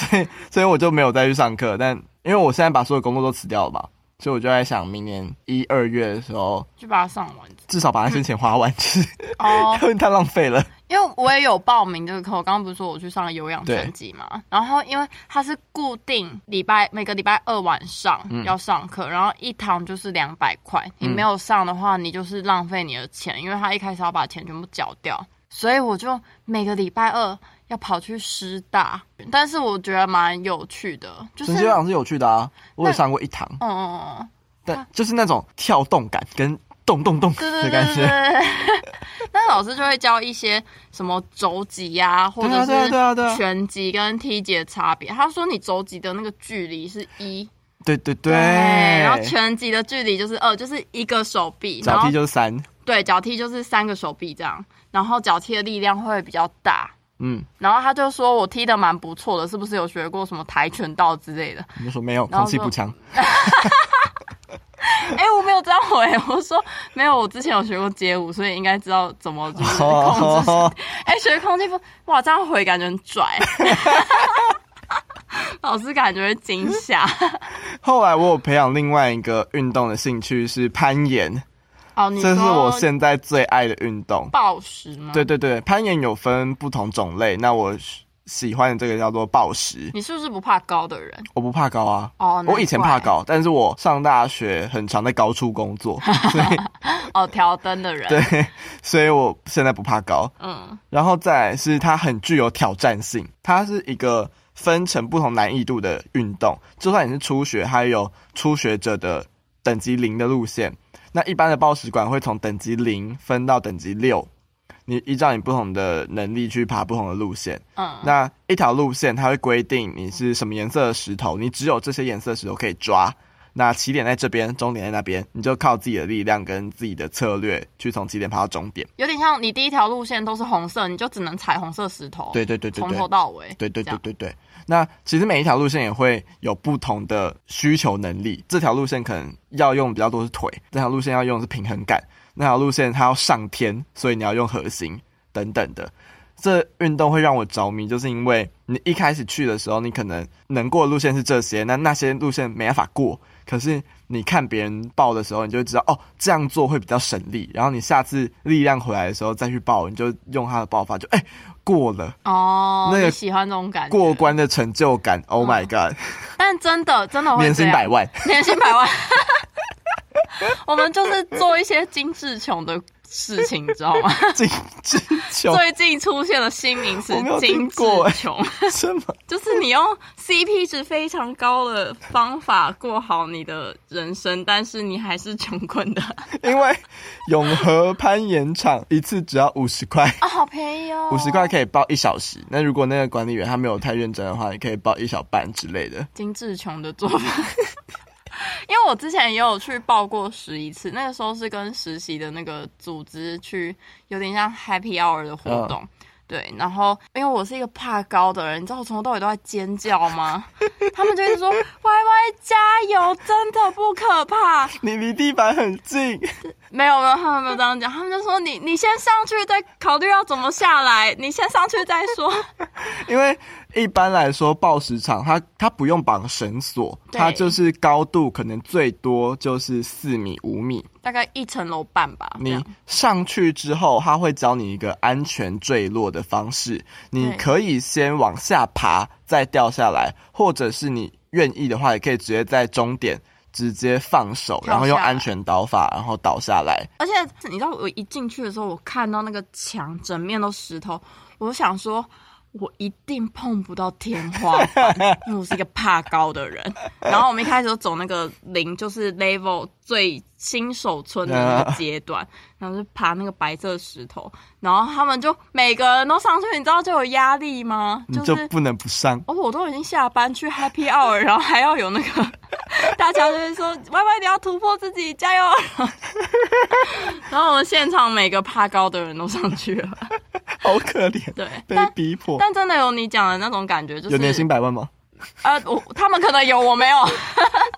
Speaker 1: 所以所以我就没有再去上课，但因为我现在把所有工作都辞掉了嘛，所以我就在想明年一二月的时候。
Speaker 2: 就把它上完。
Speaker 1: 至少把那些钱花完， 就是
Speaker 2: 哦，
Speaker 1: 因为太浪费了。
Speaker 2: 因为我也有报名这个课，我刚刚不是说我去上了有氧拳击嘛，然后因为它是固定礼拜每个礼拜二晚上
Speaker 1: 嗯
Speaker 2: 要上课，然后一堂就是两百块，你
Speaker 1: 嗯
Speaker 2: 没有上的话，你就是浪费你的钱，因为他一开始要把钱全部缴掉，所以我就每个礼拜二要跑去师大，但是我觉得蛮有趣的， 就是
Speaker 1: 神奇有氧是有趣的啊，我有上过一堂，
Speaker 2: 嗯嗯嗯，
Speaker 1: 但就是那种跳动感跟动动动
Speaker 2: 对
Speaker 1: 的
Speaker 2: 对对
Speaker 1: 感
Speaker 2: 对对
Speaker 1: 觉。
Speaker 2: 对。但老师就会教一些什么肘击呀、或
Speaker 1: 对
Speaker 2: 者
Speaker 1: 啊对啊对啊对
Speaker 2: 是
Speaker 1: 啊
Speaker 2: 拳击跟踢击的差别。他说你肘击的那个距离是一，
Speaker 1: 对对对，
Speaker 2: 然后拳击的距离就是二，就是一个手臂，然
Speaker 1: 脚
Speaker 2: 后
Speaker 1: 踢就是三，
Speaker 2: 对脚踢就是三个手臂这样，然后脚踢的力量会比较大。
Speaker 1: 嗯，
Speaker 2: 然后他就说我踢的蛮不错的，是不是有学过什么跆拳道之 类的？
Speaker 1: 你就说没有
Speaker 2: 然后
Speaker 1: 空气步枪，
Speaker 2: 哎、我没有这样回，我说没有，我之前有学过街舞，所以应该知道怎么 就是 控制
Speaker 1: 哦，
Speaker 2: 哎、学空气不哇，这样 回感觉很拽，老师感觉会惊吓。
Speaker 1: 后来我有培养另外一个运动的兴趣是攀岩，
Speaker 2: 哦，你
Speaker 1: 这是
Speaker 2: 说
Speaker 1: 我现在最爱的运动。
Speaker 2: 暴食吗？
Speaker 1: 对，对对，攀岩有分不同种类，那我喜欢的这个叫做暴石。
Speaker 2: 你是不是不怕高的人？
Speaker 1: 我不怕高啊，
Speaker 2: 哦，
Speaker 1: 我以前怕
Speaker 2: 难怪
Speaker 1: 高，但是我上大学很常在高处工作，
Speaker 2: 哦，调灯的人，
Speaker 1: 对，所以我现在不怕高。
Speaker 2: 嗯，
Speaker 1: 然后再来是它很具有挑战性，它是一个分成不同难易度的运动。就算你是初学，还有初学者的等级零的路线。那一般的报时馆会从等级零分到等级六，你依照你不同的能力去爬不同的路线。
Speaker 2: 嗯，
Speaker 1: 那一条路线它会规定你是什么颜色的石头，你只有这些颜色的石头可以抓。那起点在这边，终点在那边，你就靠自己的力量跟自己的策略去从起点爬到终点。
Speaker 2: 有点像你第一条路线都是红色，你就只能踩红色石头，
Speaker 1: 对对对对对，
Speaker 2: 哦从头到尾，
Speaker 1: 对对
Speaker 2: 这
Speaker 1: 对
Speaker 2: 样
Speaker 1: 对对。那其实每一条路线也会有不同的需求能力，这条路线可能要用比较多是腿，这条路线要用的是平衡感，那条路线它要上天，所以你要用核心等等的。这运动会让我着迷，就是因为你一开始去的时候，你可能能过的路线是这些，那那些路线没办法过。可是你看别人报的时候，你就会知道哦，这样做会比较省力。然后你下次力量回来的时候再去报，你就用他的报法，就哎、过了，
Speaker 2: 哦，
Speaker 1: 那个
Speaker 2: 你喜欢这种感觉，嗯
Speaker 1: 过，关的成就感，Oh my god，
Speaker 2: 但真的真的会
Speaker 1: 年薪
Speaker 2: 这样
Speaker 1: 百万，
Speaker 2: 年薪百万。 我们就是做一些精致穷的事情，你知道吗？
Speaker 1: 金 金球
Speaker 2: 最近出现了新名词
Speaker 1: 我没有
Speaker 2: “精
Speaker 1: 听
Speaker 2: 致
Speaker 1: 过哎
Speaker 2: 穷”，
Speaker 1: 什么？
Speaker 2: 就是你用 CP 值非常高的方法过好你的人生，但是你还是穷困的
Speaker 1: 因为永和攀岩场一次只要五十块，
Speaker 2: 啊，好便宜哦，
Speaker 1: 五十块可以报一小时。那如果那个管理员他没有太认真的话，也可以报一小半之类的。
Speaker 2: 精致穷的做法。 因为我之前也有去报过十一次，那个时候是跟实习的那个组织去，有点像 Happy Hour 的活动。对，然后因为我是一个怕高的人，你知道我从头到尾都在尖叫吗？ 他们就一直说 “Y Y 加油，真的不可怕”，
Speaker 1: 你离地板很近，
Speaker 2: 没有没有，他们没有这样讲，他们就说你你先上去再考虑要怎么下来，你先上去再说。
Speaker 1: 因为一般来说报时场它它不用绑绳索，
Speaker 2: 对
Speaker 1: 它就是高度可能最多就是四米五米。
Speaker 2: 大概一层楼半吧，这
Speaker 1: 你
Speaker 2: 样
Speaker 1: 上去之后，他会教你一个安全坠落的方式。你
Speaker 2: 对
Speaker 1: 可以先往下爬，再掉下来，或者是你愿意的话，也可以直接在终点直接放手，
Speaker 2: 跳
Speaker 1: 然后用
Speaker 2: 下来
Speaker 1: 安全倒法，然后倒下来。
Speaker 2: 而且你知道，我一进去的时候，我看到那个墙整面都石头，我想说，我一定碰不到天花板，因为我是一个怕高的人。然后我们一开始就走那个零， 就是 level 最新手村的那个阶段，然后就爬那个白色石头，然后他们就每个人都上去，你知道就有压力吗？
Speaker 1: 你
Speaker 2: 就
Speaker 1: 就是不能不上，
Speaker 2: 哦，我都已经下班去 Happy Hour，然后还要有那个大家就会说 Y Y 你要突破自己，加油！ 然后我们现场每个怕高的人都上去了，
Speaker 1: 好可怜，
Speaker 2: 对，
Speaker 1: 被
Speaker 2: 但
Speaker 1: 逼迫。
Speaker 2: 但真的有你讲的那种感觉，就是
Speaker 1: 有年薪百万吗？
Speaker 2: 呃，我他们可能有，我没 有，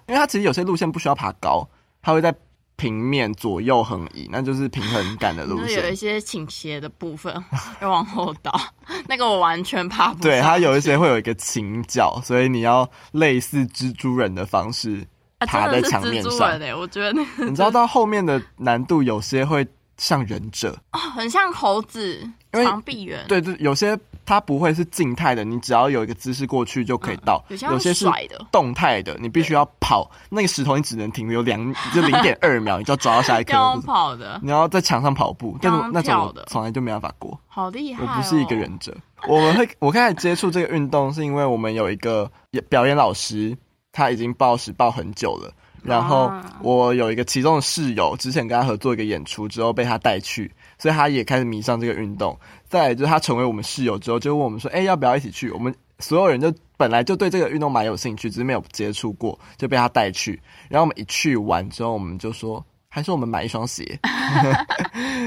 Speaker 1: 因为它其实有些路线不需要爬高，它会在平面左右横移，那就是平衡感的路
Speaker 2: 就是有一
Speaker 1: 线。
Speaker 2: 些倾斜的部分要往后倒， 那个我完全爬不上。
Speaker 1: 对，它有一些会有一个倾角，所以你要类似蜘蛛人的方 式
Speaker 2: 啊
Speaker 1: 爬在
Speaker 2: 真的是
Speaker 1: 墙面
Speaker 2: 蜘蛛
Speaker 1: 上
Speaker 2: 人哎、我觉得那个
Speaker 1: 你知道到后面的难度有些会像忍 者，
Speaker 2: 很像猴子
Speaker 1: 因为
Speaker 2: 长臂猿，
Speaker 1: 对对，有些它不会是静态的，你只要有一个姿势过去就可以到；
Speaker 2: 嗯有些
Speaker 1: 有些是
Speaker 2: 甩的
Speaker 1: 动态的，你必须要跑。那个石头你只能停留两， 就零点二秒，你就要抓到下一颗。
Speaker 2: 要跑的，
Speaker 1: 你要在墙上跑步，但是我
Speaker 2: 刚
Speaker 1: 那种
Speaker 2: 跳
Speaker 1: 我
Speaker 2: 的
Speaker 1: 从来就没办法过。
Speaker 2: 好厉害、
Speaker 1: 我
Speaker 2: 哦！
Speaker 1: 不是一个忍者。我们会，我开始接触这个运动，是因为我们有一个也表演老师，他已经报时报很久了。然后
Speaker 2: 啊
Speaker 1: 我有一个其中的室友，之前跟他合作一个演出之后被他带去，所以他也开始迷上这个运动。再来就是他成为我们室友之后，就问我们说：“哎、要不要一起去？”我们所有人就本来就对这个运动蛮有兴趣，只是没有接触过，就被他带去。然后我们一去完之后，我们就说：“还是我们买一双 鞋。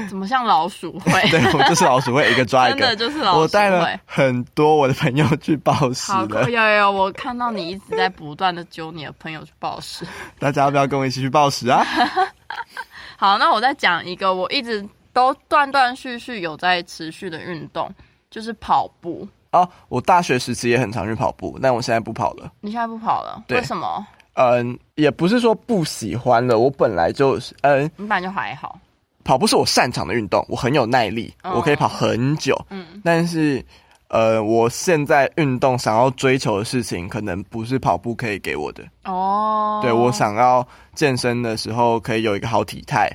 Speaker 2: 怎么像老鼠会？”
Speaker 1: 对，我们就是老鼠会一个抓一
Speaker 2: 真
Speaker 1: 个
Speaker 2: 的，就是老鼠会。
Speaker 1: 我带了很多我的朋友去暴食
Speaker 2: 好
Speaker 1: 了
Speaker 2: 酷，，有有有，我看到你一直在不断的揪你的朋友去暴食。
Speaker 1: 大家要不要跟我一起去暴食啊？
Speaker 2: 好，那我再讲一个，我一直都断断续续有在持续的运动，就是跑步。
Speaker 1: 哦，我大学时期也很常去跑步，但我现在不跑了。
Speaker 2: 你现在不跑了，
Speaker 1: 对
Speaker 2: 为什么？
Speaker 1: 嗯，也不是说不喜欢了，我本来就是嗯，
Speaker 2: 你本来就还好，
Speaker 1: 跑步是我擅长的运动，我很有耐力，
Speaker 2: 嗯
Speaker 1: 我可以跑很久。
Speaker 2: 嗯
Speaker 1: 但是，呃，我现在运动想要追求的事情，可能不是跑步可以给我的。
Speaker 2: 哦，
Speaker 1: 对我想要健身的时候，可以有一个好体态，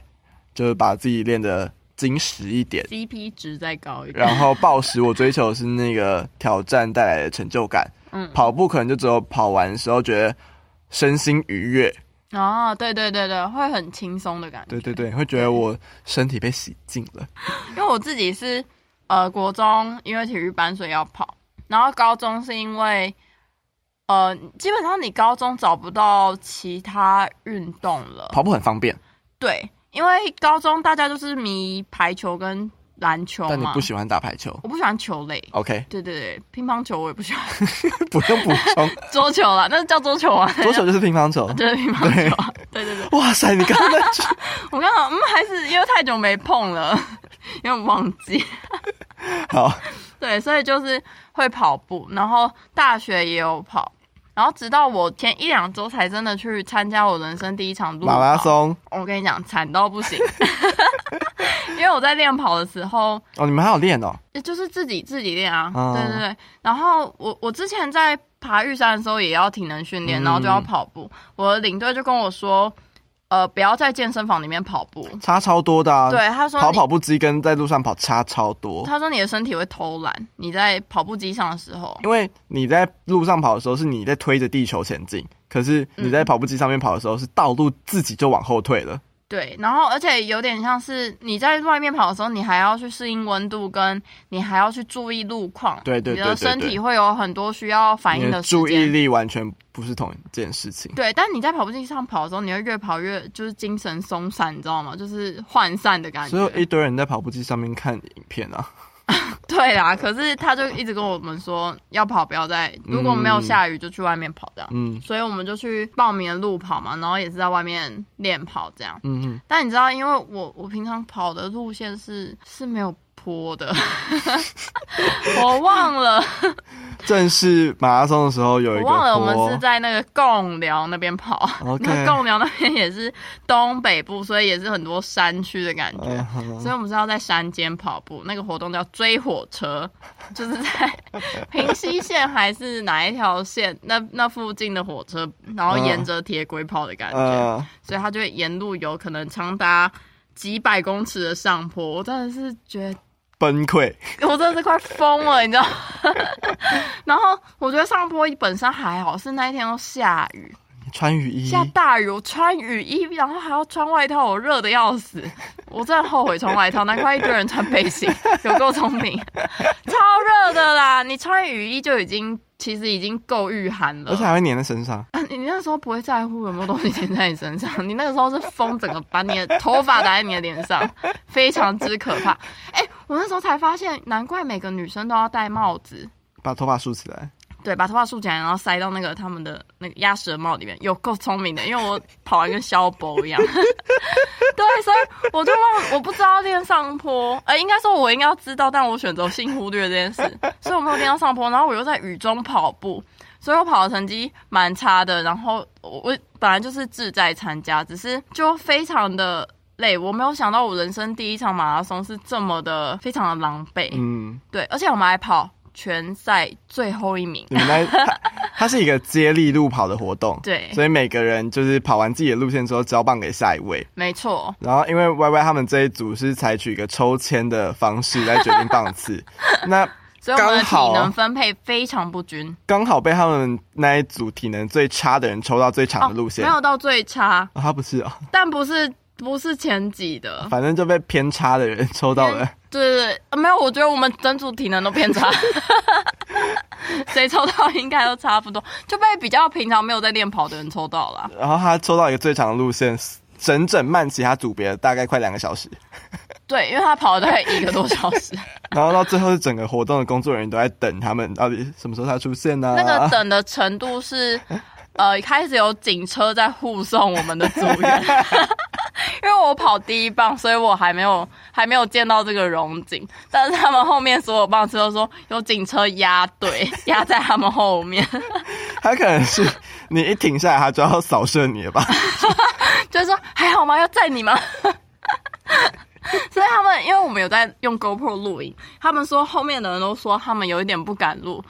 Speaker 1: 就是把自己练得精实一点。
Speaker 2: CP 值再高一点，
Speaker 1: 然后暴食，我追求的是那个挑战带来的成就感。
Speaker 2: 嗯
Speaker 1: 跑步可能就只有跑完的时候觉得身心愉悦，
Speaker 2: 哦，对对对对，会很轻松的感觉。
Speaker 1: 对对对，会觉得我身体被洗净了。
Speaker 2: 因为我自己是呃国中因为体育班所以要跑，然后高中是因为呃基本上你高中找不到其他运动了，
Speaker 1: 跑步很方便，
Speaker 2: 对，因为高中大家就是迷排球跟篮球
Speaker 1: 但你
Speaker 2: 嘛
Speaker 1: 不，喜欢打排球。
Speaker 2: 我不喜欢球类。
Speaker 1: OK，
Speaker 2: 对对对，乒乓球我也不喜欢，
Speaker 1: 不用补 充，
Speaker 2: 桌球啦，那是叫桌球啊，
Speaker 1: 左手就是乒乓球。
Speaker 2: 就是乒乓球啊。对对对，
Speaker 1: 哇塞，你刚刚那 句
Speaker 2: 我刚好嗯还是因为太久没碰了， 因为忘记。
Speaker 1: 好，
Speaker 2: 对，所以就是会跑步，然后大学也有跑，然后直到我前一两周才真的去参加我人生第一场路
Speaker 1: 马拉
Speaker 2: 跑。
Speaker 1: 松
Speaker 2: 我跟你讲，惨到不行， 因为我在练跑的时候，
Speaker 1: 哦，你们还有练哦，
Speaker 2: 也就是自己自己练啊，
Speaker 1: 哦
Speaker 2: 对对对。然后我我之前在爬玉山的时候也要体能训练，
Speaker 1: 嗯
Speaker 2: 然后就要跑步，我的领队就跟我说，呃，不要在健身房里面跑步。
Speaker 1: 差超多的啊。，
Speaker 2: 对，他说
Speaker 1: 跑
Speaker 2: 你
Speaker 1: 跑步机跟在路上跑差超多，
Speaker 2: 他说你的身体会偷懒，你在跑步机上的时 候，
Speaker 1: 因为你在路上跑的时候是你在推着地球前进，可是
Speaker 2: 嗯
Speaker 1: 你在跑步机上面跑的时候是道路自己就往后退了。
Speaker 2: 对，然后而且有点像是你在外面跑的时候，你还要去适应温度，跟你还要去注意路况，
Speaker 1: 对对对
Speaker 2: 你
Speaker 1: 对
Speaker 2: 的身
Speaker 1: 对
Speaker 2: 体会有很多需要反
Speaker 1: 你
Speaker 2: 应
Speaker 1: 的
Speaker 2: 时间。
Speaker 1: 注意力完全不是同一件事情。
Speaker 2: 对，但你在跑步机上跑的时候，你会越跑越就是精神松散，你知道吗？就是涣散的感
Speaker 1: 所以有一
Speaker 2: 觉。
Speaker 1: 堆人在跑步机上面看影片啊，
Speaker 2: 对啦，可是他就一直跟我们说要跑，不要再如果没有下雨就去外面跑这样。
Speaker 1: 嗯
Speaker 2: 所以我们就去报名了路跑嘛，然后也是在外面练跑这样。
Speaker 1: 嗯嗯，
Speaker 2: 但你知道，因为我我平常跑的路线是是没有坡的， 我忘了，
Speaker 1: 正式马拉松的时候有
Speaker 2: 我
Speaker 1: 一个
Speaker 2: 忘了我们是
Speaker 1: 坡，
Speaker 2: 在那个贡寮那边跑。
Speaker 1: OK
Speaker 2: 那贡寮那边也是东北部，所以也是很多山区的感觉。
Speaker 1: 嗯哼
Speaker 2: 所以我们是要在山间跑步，那个活动叫追火车，就是在平西线还是哪一条线那那附近的火车，然后
Speaker 1: 嗯
Speaker 2: 沿着铁轨跑的感觉。
Speaker 1: 呃，
Speaker 2: 所以他就会沿路有可能长达几百公尺的上坡，我真的是觉
Speaker 1: 崩溃，
Speaker 2: 得 我真的是快疯了，你知道？ 然后我觉得上坡本身还好，是那一天都下雨，
Speaker 1: 穿雨衣，
Speaker 2: 下大雨，我穿雨衣，然后还要穿外套，我热的要死， 我真的后悔穿外套，难怪一堆人穿背心，有够聪明， 超热的啦！你穿雨衣就已经其实已经够御寒了，
Speaker 1: 而且还会粘在身上。
Speaker 2: 啊，你你那时候不会在乎有没有东西粘在你身上，你那个时候是风整个把你的头发打在你的脸上，非常之可怕。哎、我那时候才发现，难怪每个女生都要戴帽子，
Speaker 1: 把头发梳起
Speaker 2: 哎
Speaker 1: 来，
Speaker 2: 对，把头发竖起来，然后塞到那个他们的那个鸭舌帽里面，有够聪明的，因为我跑完跟肖博一样。对，所以我就忘，我不知道练上坡，呃，应该说我应该要知道，但我选择性忽略这件事，所以我没有练到上坡，然后我又在雨中跑步，所以我跑的成绩蛮差的，然后我我本来就是志在参加，只是就非常的。累，我没有想到我人生第一场马拉松是这么的非常的狼狈，
Speaker 1: 嗯，
Speaker 2: 对，而且我们还跑全赛最后一名，
Speaker 1: 你们在 它它是一个接力路跑的活动，
Speaker 2: 对
Speaker 1: 所以每个人就是跑完自己的路线之后交棒给下一位。
Speaker 2: 没错，
Speaker 1: 然后因为 Y Y 他们这一组是采取一个抽签的方式来决定档 次，那
Speaker 2: 所以我们的体
Speaker 1: 刚好
Speaker 2: 能分配非常不均，
Speaker 1: 刚好被他们那一组体能最差的人抽到最长的路线。
Speaker 2: 哦没有到最差，
Speaker 1: 啊，他不是啊、
Speaker 2: 但不是不是前几的。
Speaker 1: 反正就被偏差的人抽到 了。
Speaker 2: 对对对，呃没有，我觉得我们整组体能都 偏差，谁抽到应该都差不多，就被比较平常没有在练跑的人抽到了。
Speaker 1: 然后他抽到一个最长的路线，整整慢骑他组别的大概快两个小时。
Speaker 2: 对，因为他跑了大概一个多小时，
Speaker 1: 然后到最后是整个活动的工作人员都在等他们到底什么时候才出现啊呢、
Speaker 2: 那个等的程度是，呃，开始有警车在护送我们的组员，因为我跑第一棒，所以我还没有还没有见到这个荣景，但是他们后面所有棒次都说有警车压队，压在他们后面，
Speaker 1: 他可能是你一停下来，他就要扫射你了吧？
Speaker 2: 就是说还好吗？要载你吗？ 所以他们，因为我们有在用 GoPro 录影，他们说后面的人都说他们有一点不敢录，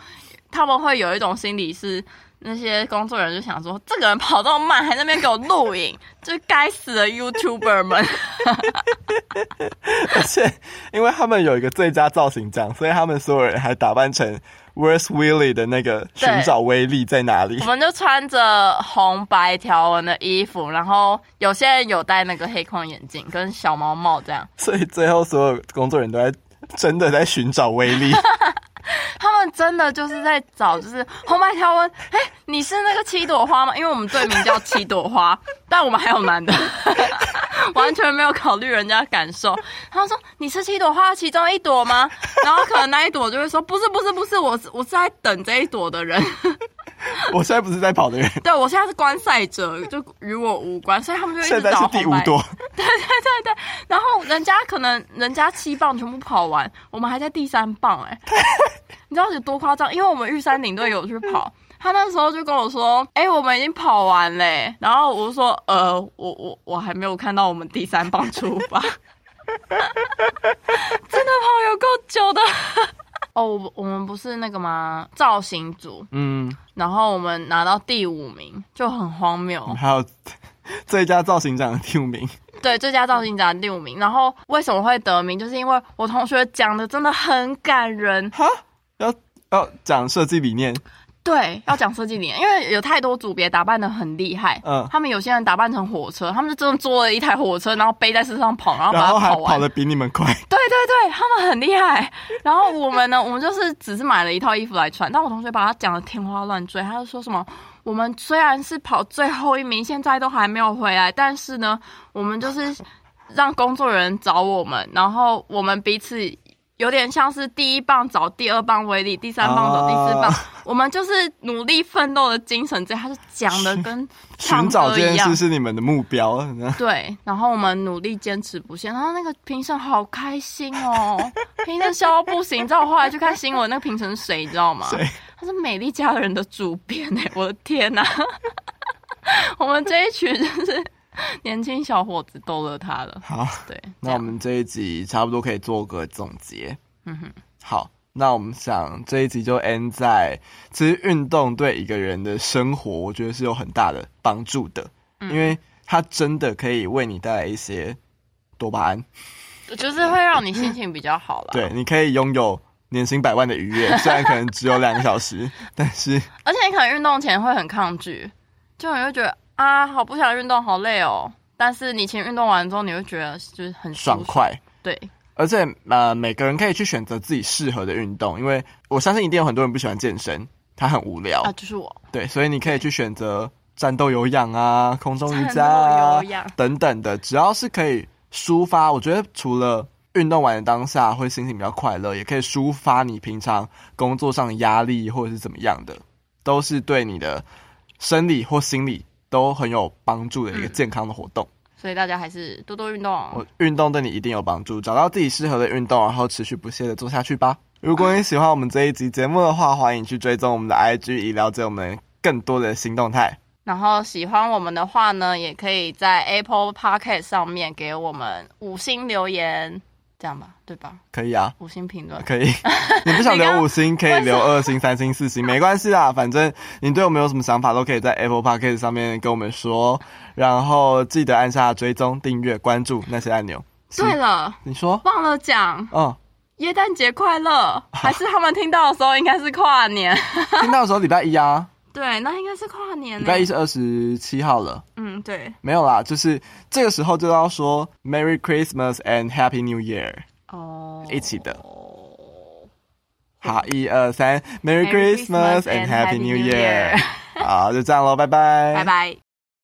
Speaker 2: 他们会有一种心理是，那些工作人员就想说，这个人跑这么慢，还在那边给我录影， 就是该死的 YouTuber 们。
Speaker 1: 而 且，因为他们有一个最佳造型奖，所以他们所有人还打扮成 Where's Willie 的那个寻找威力在哪里
Speaker 2: 我。们就穿着红白条纹的衣服，然后有些人有戴那个黑框眼镜跟小毛帽这样，
Speaker 1: 所以最后所有工作人员都在真的在寻找威 力。
Speaker 2: 他们真的就是在找，就是红白条纹。哎、你是那个七朵花吗？因为我们队名叫七 朵花，但我们还有男的，完全没有考虑人家感受。他说你是七朵花其中一朵吗？然后可能那一朵就会说不是不是不是，我是我是在等这一朵的人。
Speaker 1: 我现在不是在跑 的人，
Speaker 2: 对我现在是观赛者，就与我无关，所以他们就一
Speaker 1: 现
Speaker 2: 直
Speaker 1: 在
Speaker 2: 找
Speaker 1: 是第
Speaker 2: 红
Speaker 1: 五
Speaker 2: 白。
Speaker 1: 朵。
Speaker 2: 对对对，然后人家可能人家七棒全部跑完，我们还在第三棒 哎、你知道有多夸张？因为我们玉山领队有去跑，他那时候就跟我说：“哎、我们已经跑完嘞、然后我就说：“呃，我我我还没有看到我们第三棒出发。” 真的跑有够久的。 哦，我我们不是那个吗？造型组，
Speaker 1: 嗯，
Speaker 2: 然后我们拿到第五名，就很荒谬。
Speaker 1: 嗯还有最佳造型奖的第五名。
Speaker 2: 对，最佳造型奖第五名。然后为什么会得名，就是因为我同学讲的真的很感人。
Speaker 1: 哈，要要讲设计理念，
Speaker 2: 对，要讲设计理念，因为有太多组别打扮的很厉害。
Speaker 1: 嗯
Speaker 2: 他们有些人打扮成火车，他们就真的坐了一台火车，然后背在身上跑，然后把
Speaker 1: 然后
Speaker 2: 它
Speaker 1: 还
Speaker 2: 跑完。
Speaker 1: 跑得比你们快。
Speaker 2: 对对对，他们很厉害。然后我们呢，我们就是只是买了一套衣服来穿，但我同学把他讲的天花乱坠，他就说什么我们虽然是跑最后一名，现在都还没有回来，但是呢，我们就是让工作人员找我们，然后我们彼此。有点像是第一棒找第二棒威力，第三棒找第四棒
Speaker 1: 啊
Speaker 2: 我们就是努力奋斗的精神。这样他就讲的跟唱
Speaker 1: 寻找
Speaker 2: 歌
Speaker 1: 这
Speaker 2: 一
Speaker 1: 件
Speaker 2: 样
Speaker 1: 事是你们的目标。
Speaker 2: 对，然后我们努力坚持不懈，然后那个评审好开心 哦，评审笑到不行。你知道我后来去看新闻，那个评审是谁，你知道吗？
Speaker 1: 谁
Speaker 2: 他是《美丽佳人》的主编哎、我的天哪、 我们这一群就是年轻小伙子逗乐他了。
Speaker 1: 好，
Speaker 2: 对，这
Speaker 1: 那我
Speaker 2: 样
Speaker 1: 们这一集差不多可以做个总结。
Speaker 2: 嗯哼，
Speaker 1: 好，那我们想这一集就 end 在，其实运动对一个人的生活，我觉得是有很大的帮助的，
Speaker 2: 嗯
Speaker 1: 因为它真的可以为你带来一些多巴胺，
Speaker 2: 就是会让你心情比较好啦。
Speaker 1: 对，，你可以拥有年薪百万的愉 悦，虽然可能只有两个小时，但是
Speaker 2: 而且你可能运动前会很抗拒，就你会觉得啊，好不想运动，好累哦。但是你前运动完之后，你会觉得就是很舒
Speaker 1: 爽，快。
Speaker 2: 对，
Speaker 1: 而且呃，每个人可以去选择自己适合的运动，因为我相信一定有很多人不喜欢健身，它很无聊，
Speaker 2: 啊，就是我。
Speaker 1: 对，所以你可以去选择战斗有氧啊、空中瑜伽
Speaker 2: 战
Speaker 1: 啊
Speaker 2: 斗有氧
Speaker 1: 等等的，只要是可以抒发，我觉得除了运动完的当下会心情比较快乐，也可以抒发你平常工作上的压力或者是怎么样的，都是对你的生理或心理都很有帮助的
Speaker 2: 嗯
Speaker 1: 一个健康的活动。
Speaker 2: 所以大家还是多多运动。
Speaker 1: 我运动对你一定有帮助，找到自己适合的运动，然后持续不懈的做下去吧。如果你喜欢我们这一集节目的话，欢迎去追踪我们的 IG，以了解我们更多的新动态。
Speaker 2: 然后喜欢我们的话呢，也可以在 Apple Podcast 上面给我们五星留言，这样吧，对吧？
Speaker 1: 可以啊，
Speaker 2: 五星评论。
Speaker 1: 可以。 你不想留五星，可以留二星、三星、四 星，没关系啦。反正你对我们有什么想法，都可以在 Apple Podcast 上面跟我们说。然后记得按下追踪、订阅、关注那些按钮。
Speaker 2: 对
Speaker 1: 是，
Speaker 2: 了，
Speaker 1: 你说，
Speaker 2: 忘了讲，
Speaker 1: 嗯，
Speaker 2: 耶诞节快乐！还是他们听到的时候应该是跨年。
Speaker 1: 听到的时候礼拜一啊，
Speaker 2: 对，那应该是跨年
Speaker 1: 礼
Speaker 2: 呢。
Speaker 1: 拜一是二十七号了。
Speaker 2: 嗯，对。
Speaker 1: 没有啦，就是这个时候就要说 Merry Christmas and Happy New Year，
Speaker 2: 哦。
Speaker 1: 一起的。好，一二三，Merry
Speaker 2: Merry
Speaker 1: Christmas and
Speaker 2: Christmas and
Speaker 1: Happy
Speaker 2: Happy
Speaker 1: New
Speaker 2: New
Speaker 1: Year。好，就这样喽，拜拜，
Speaker 2: 拜。拜。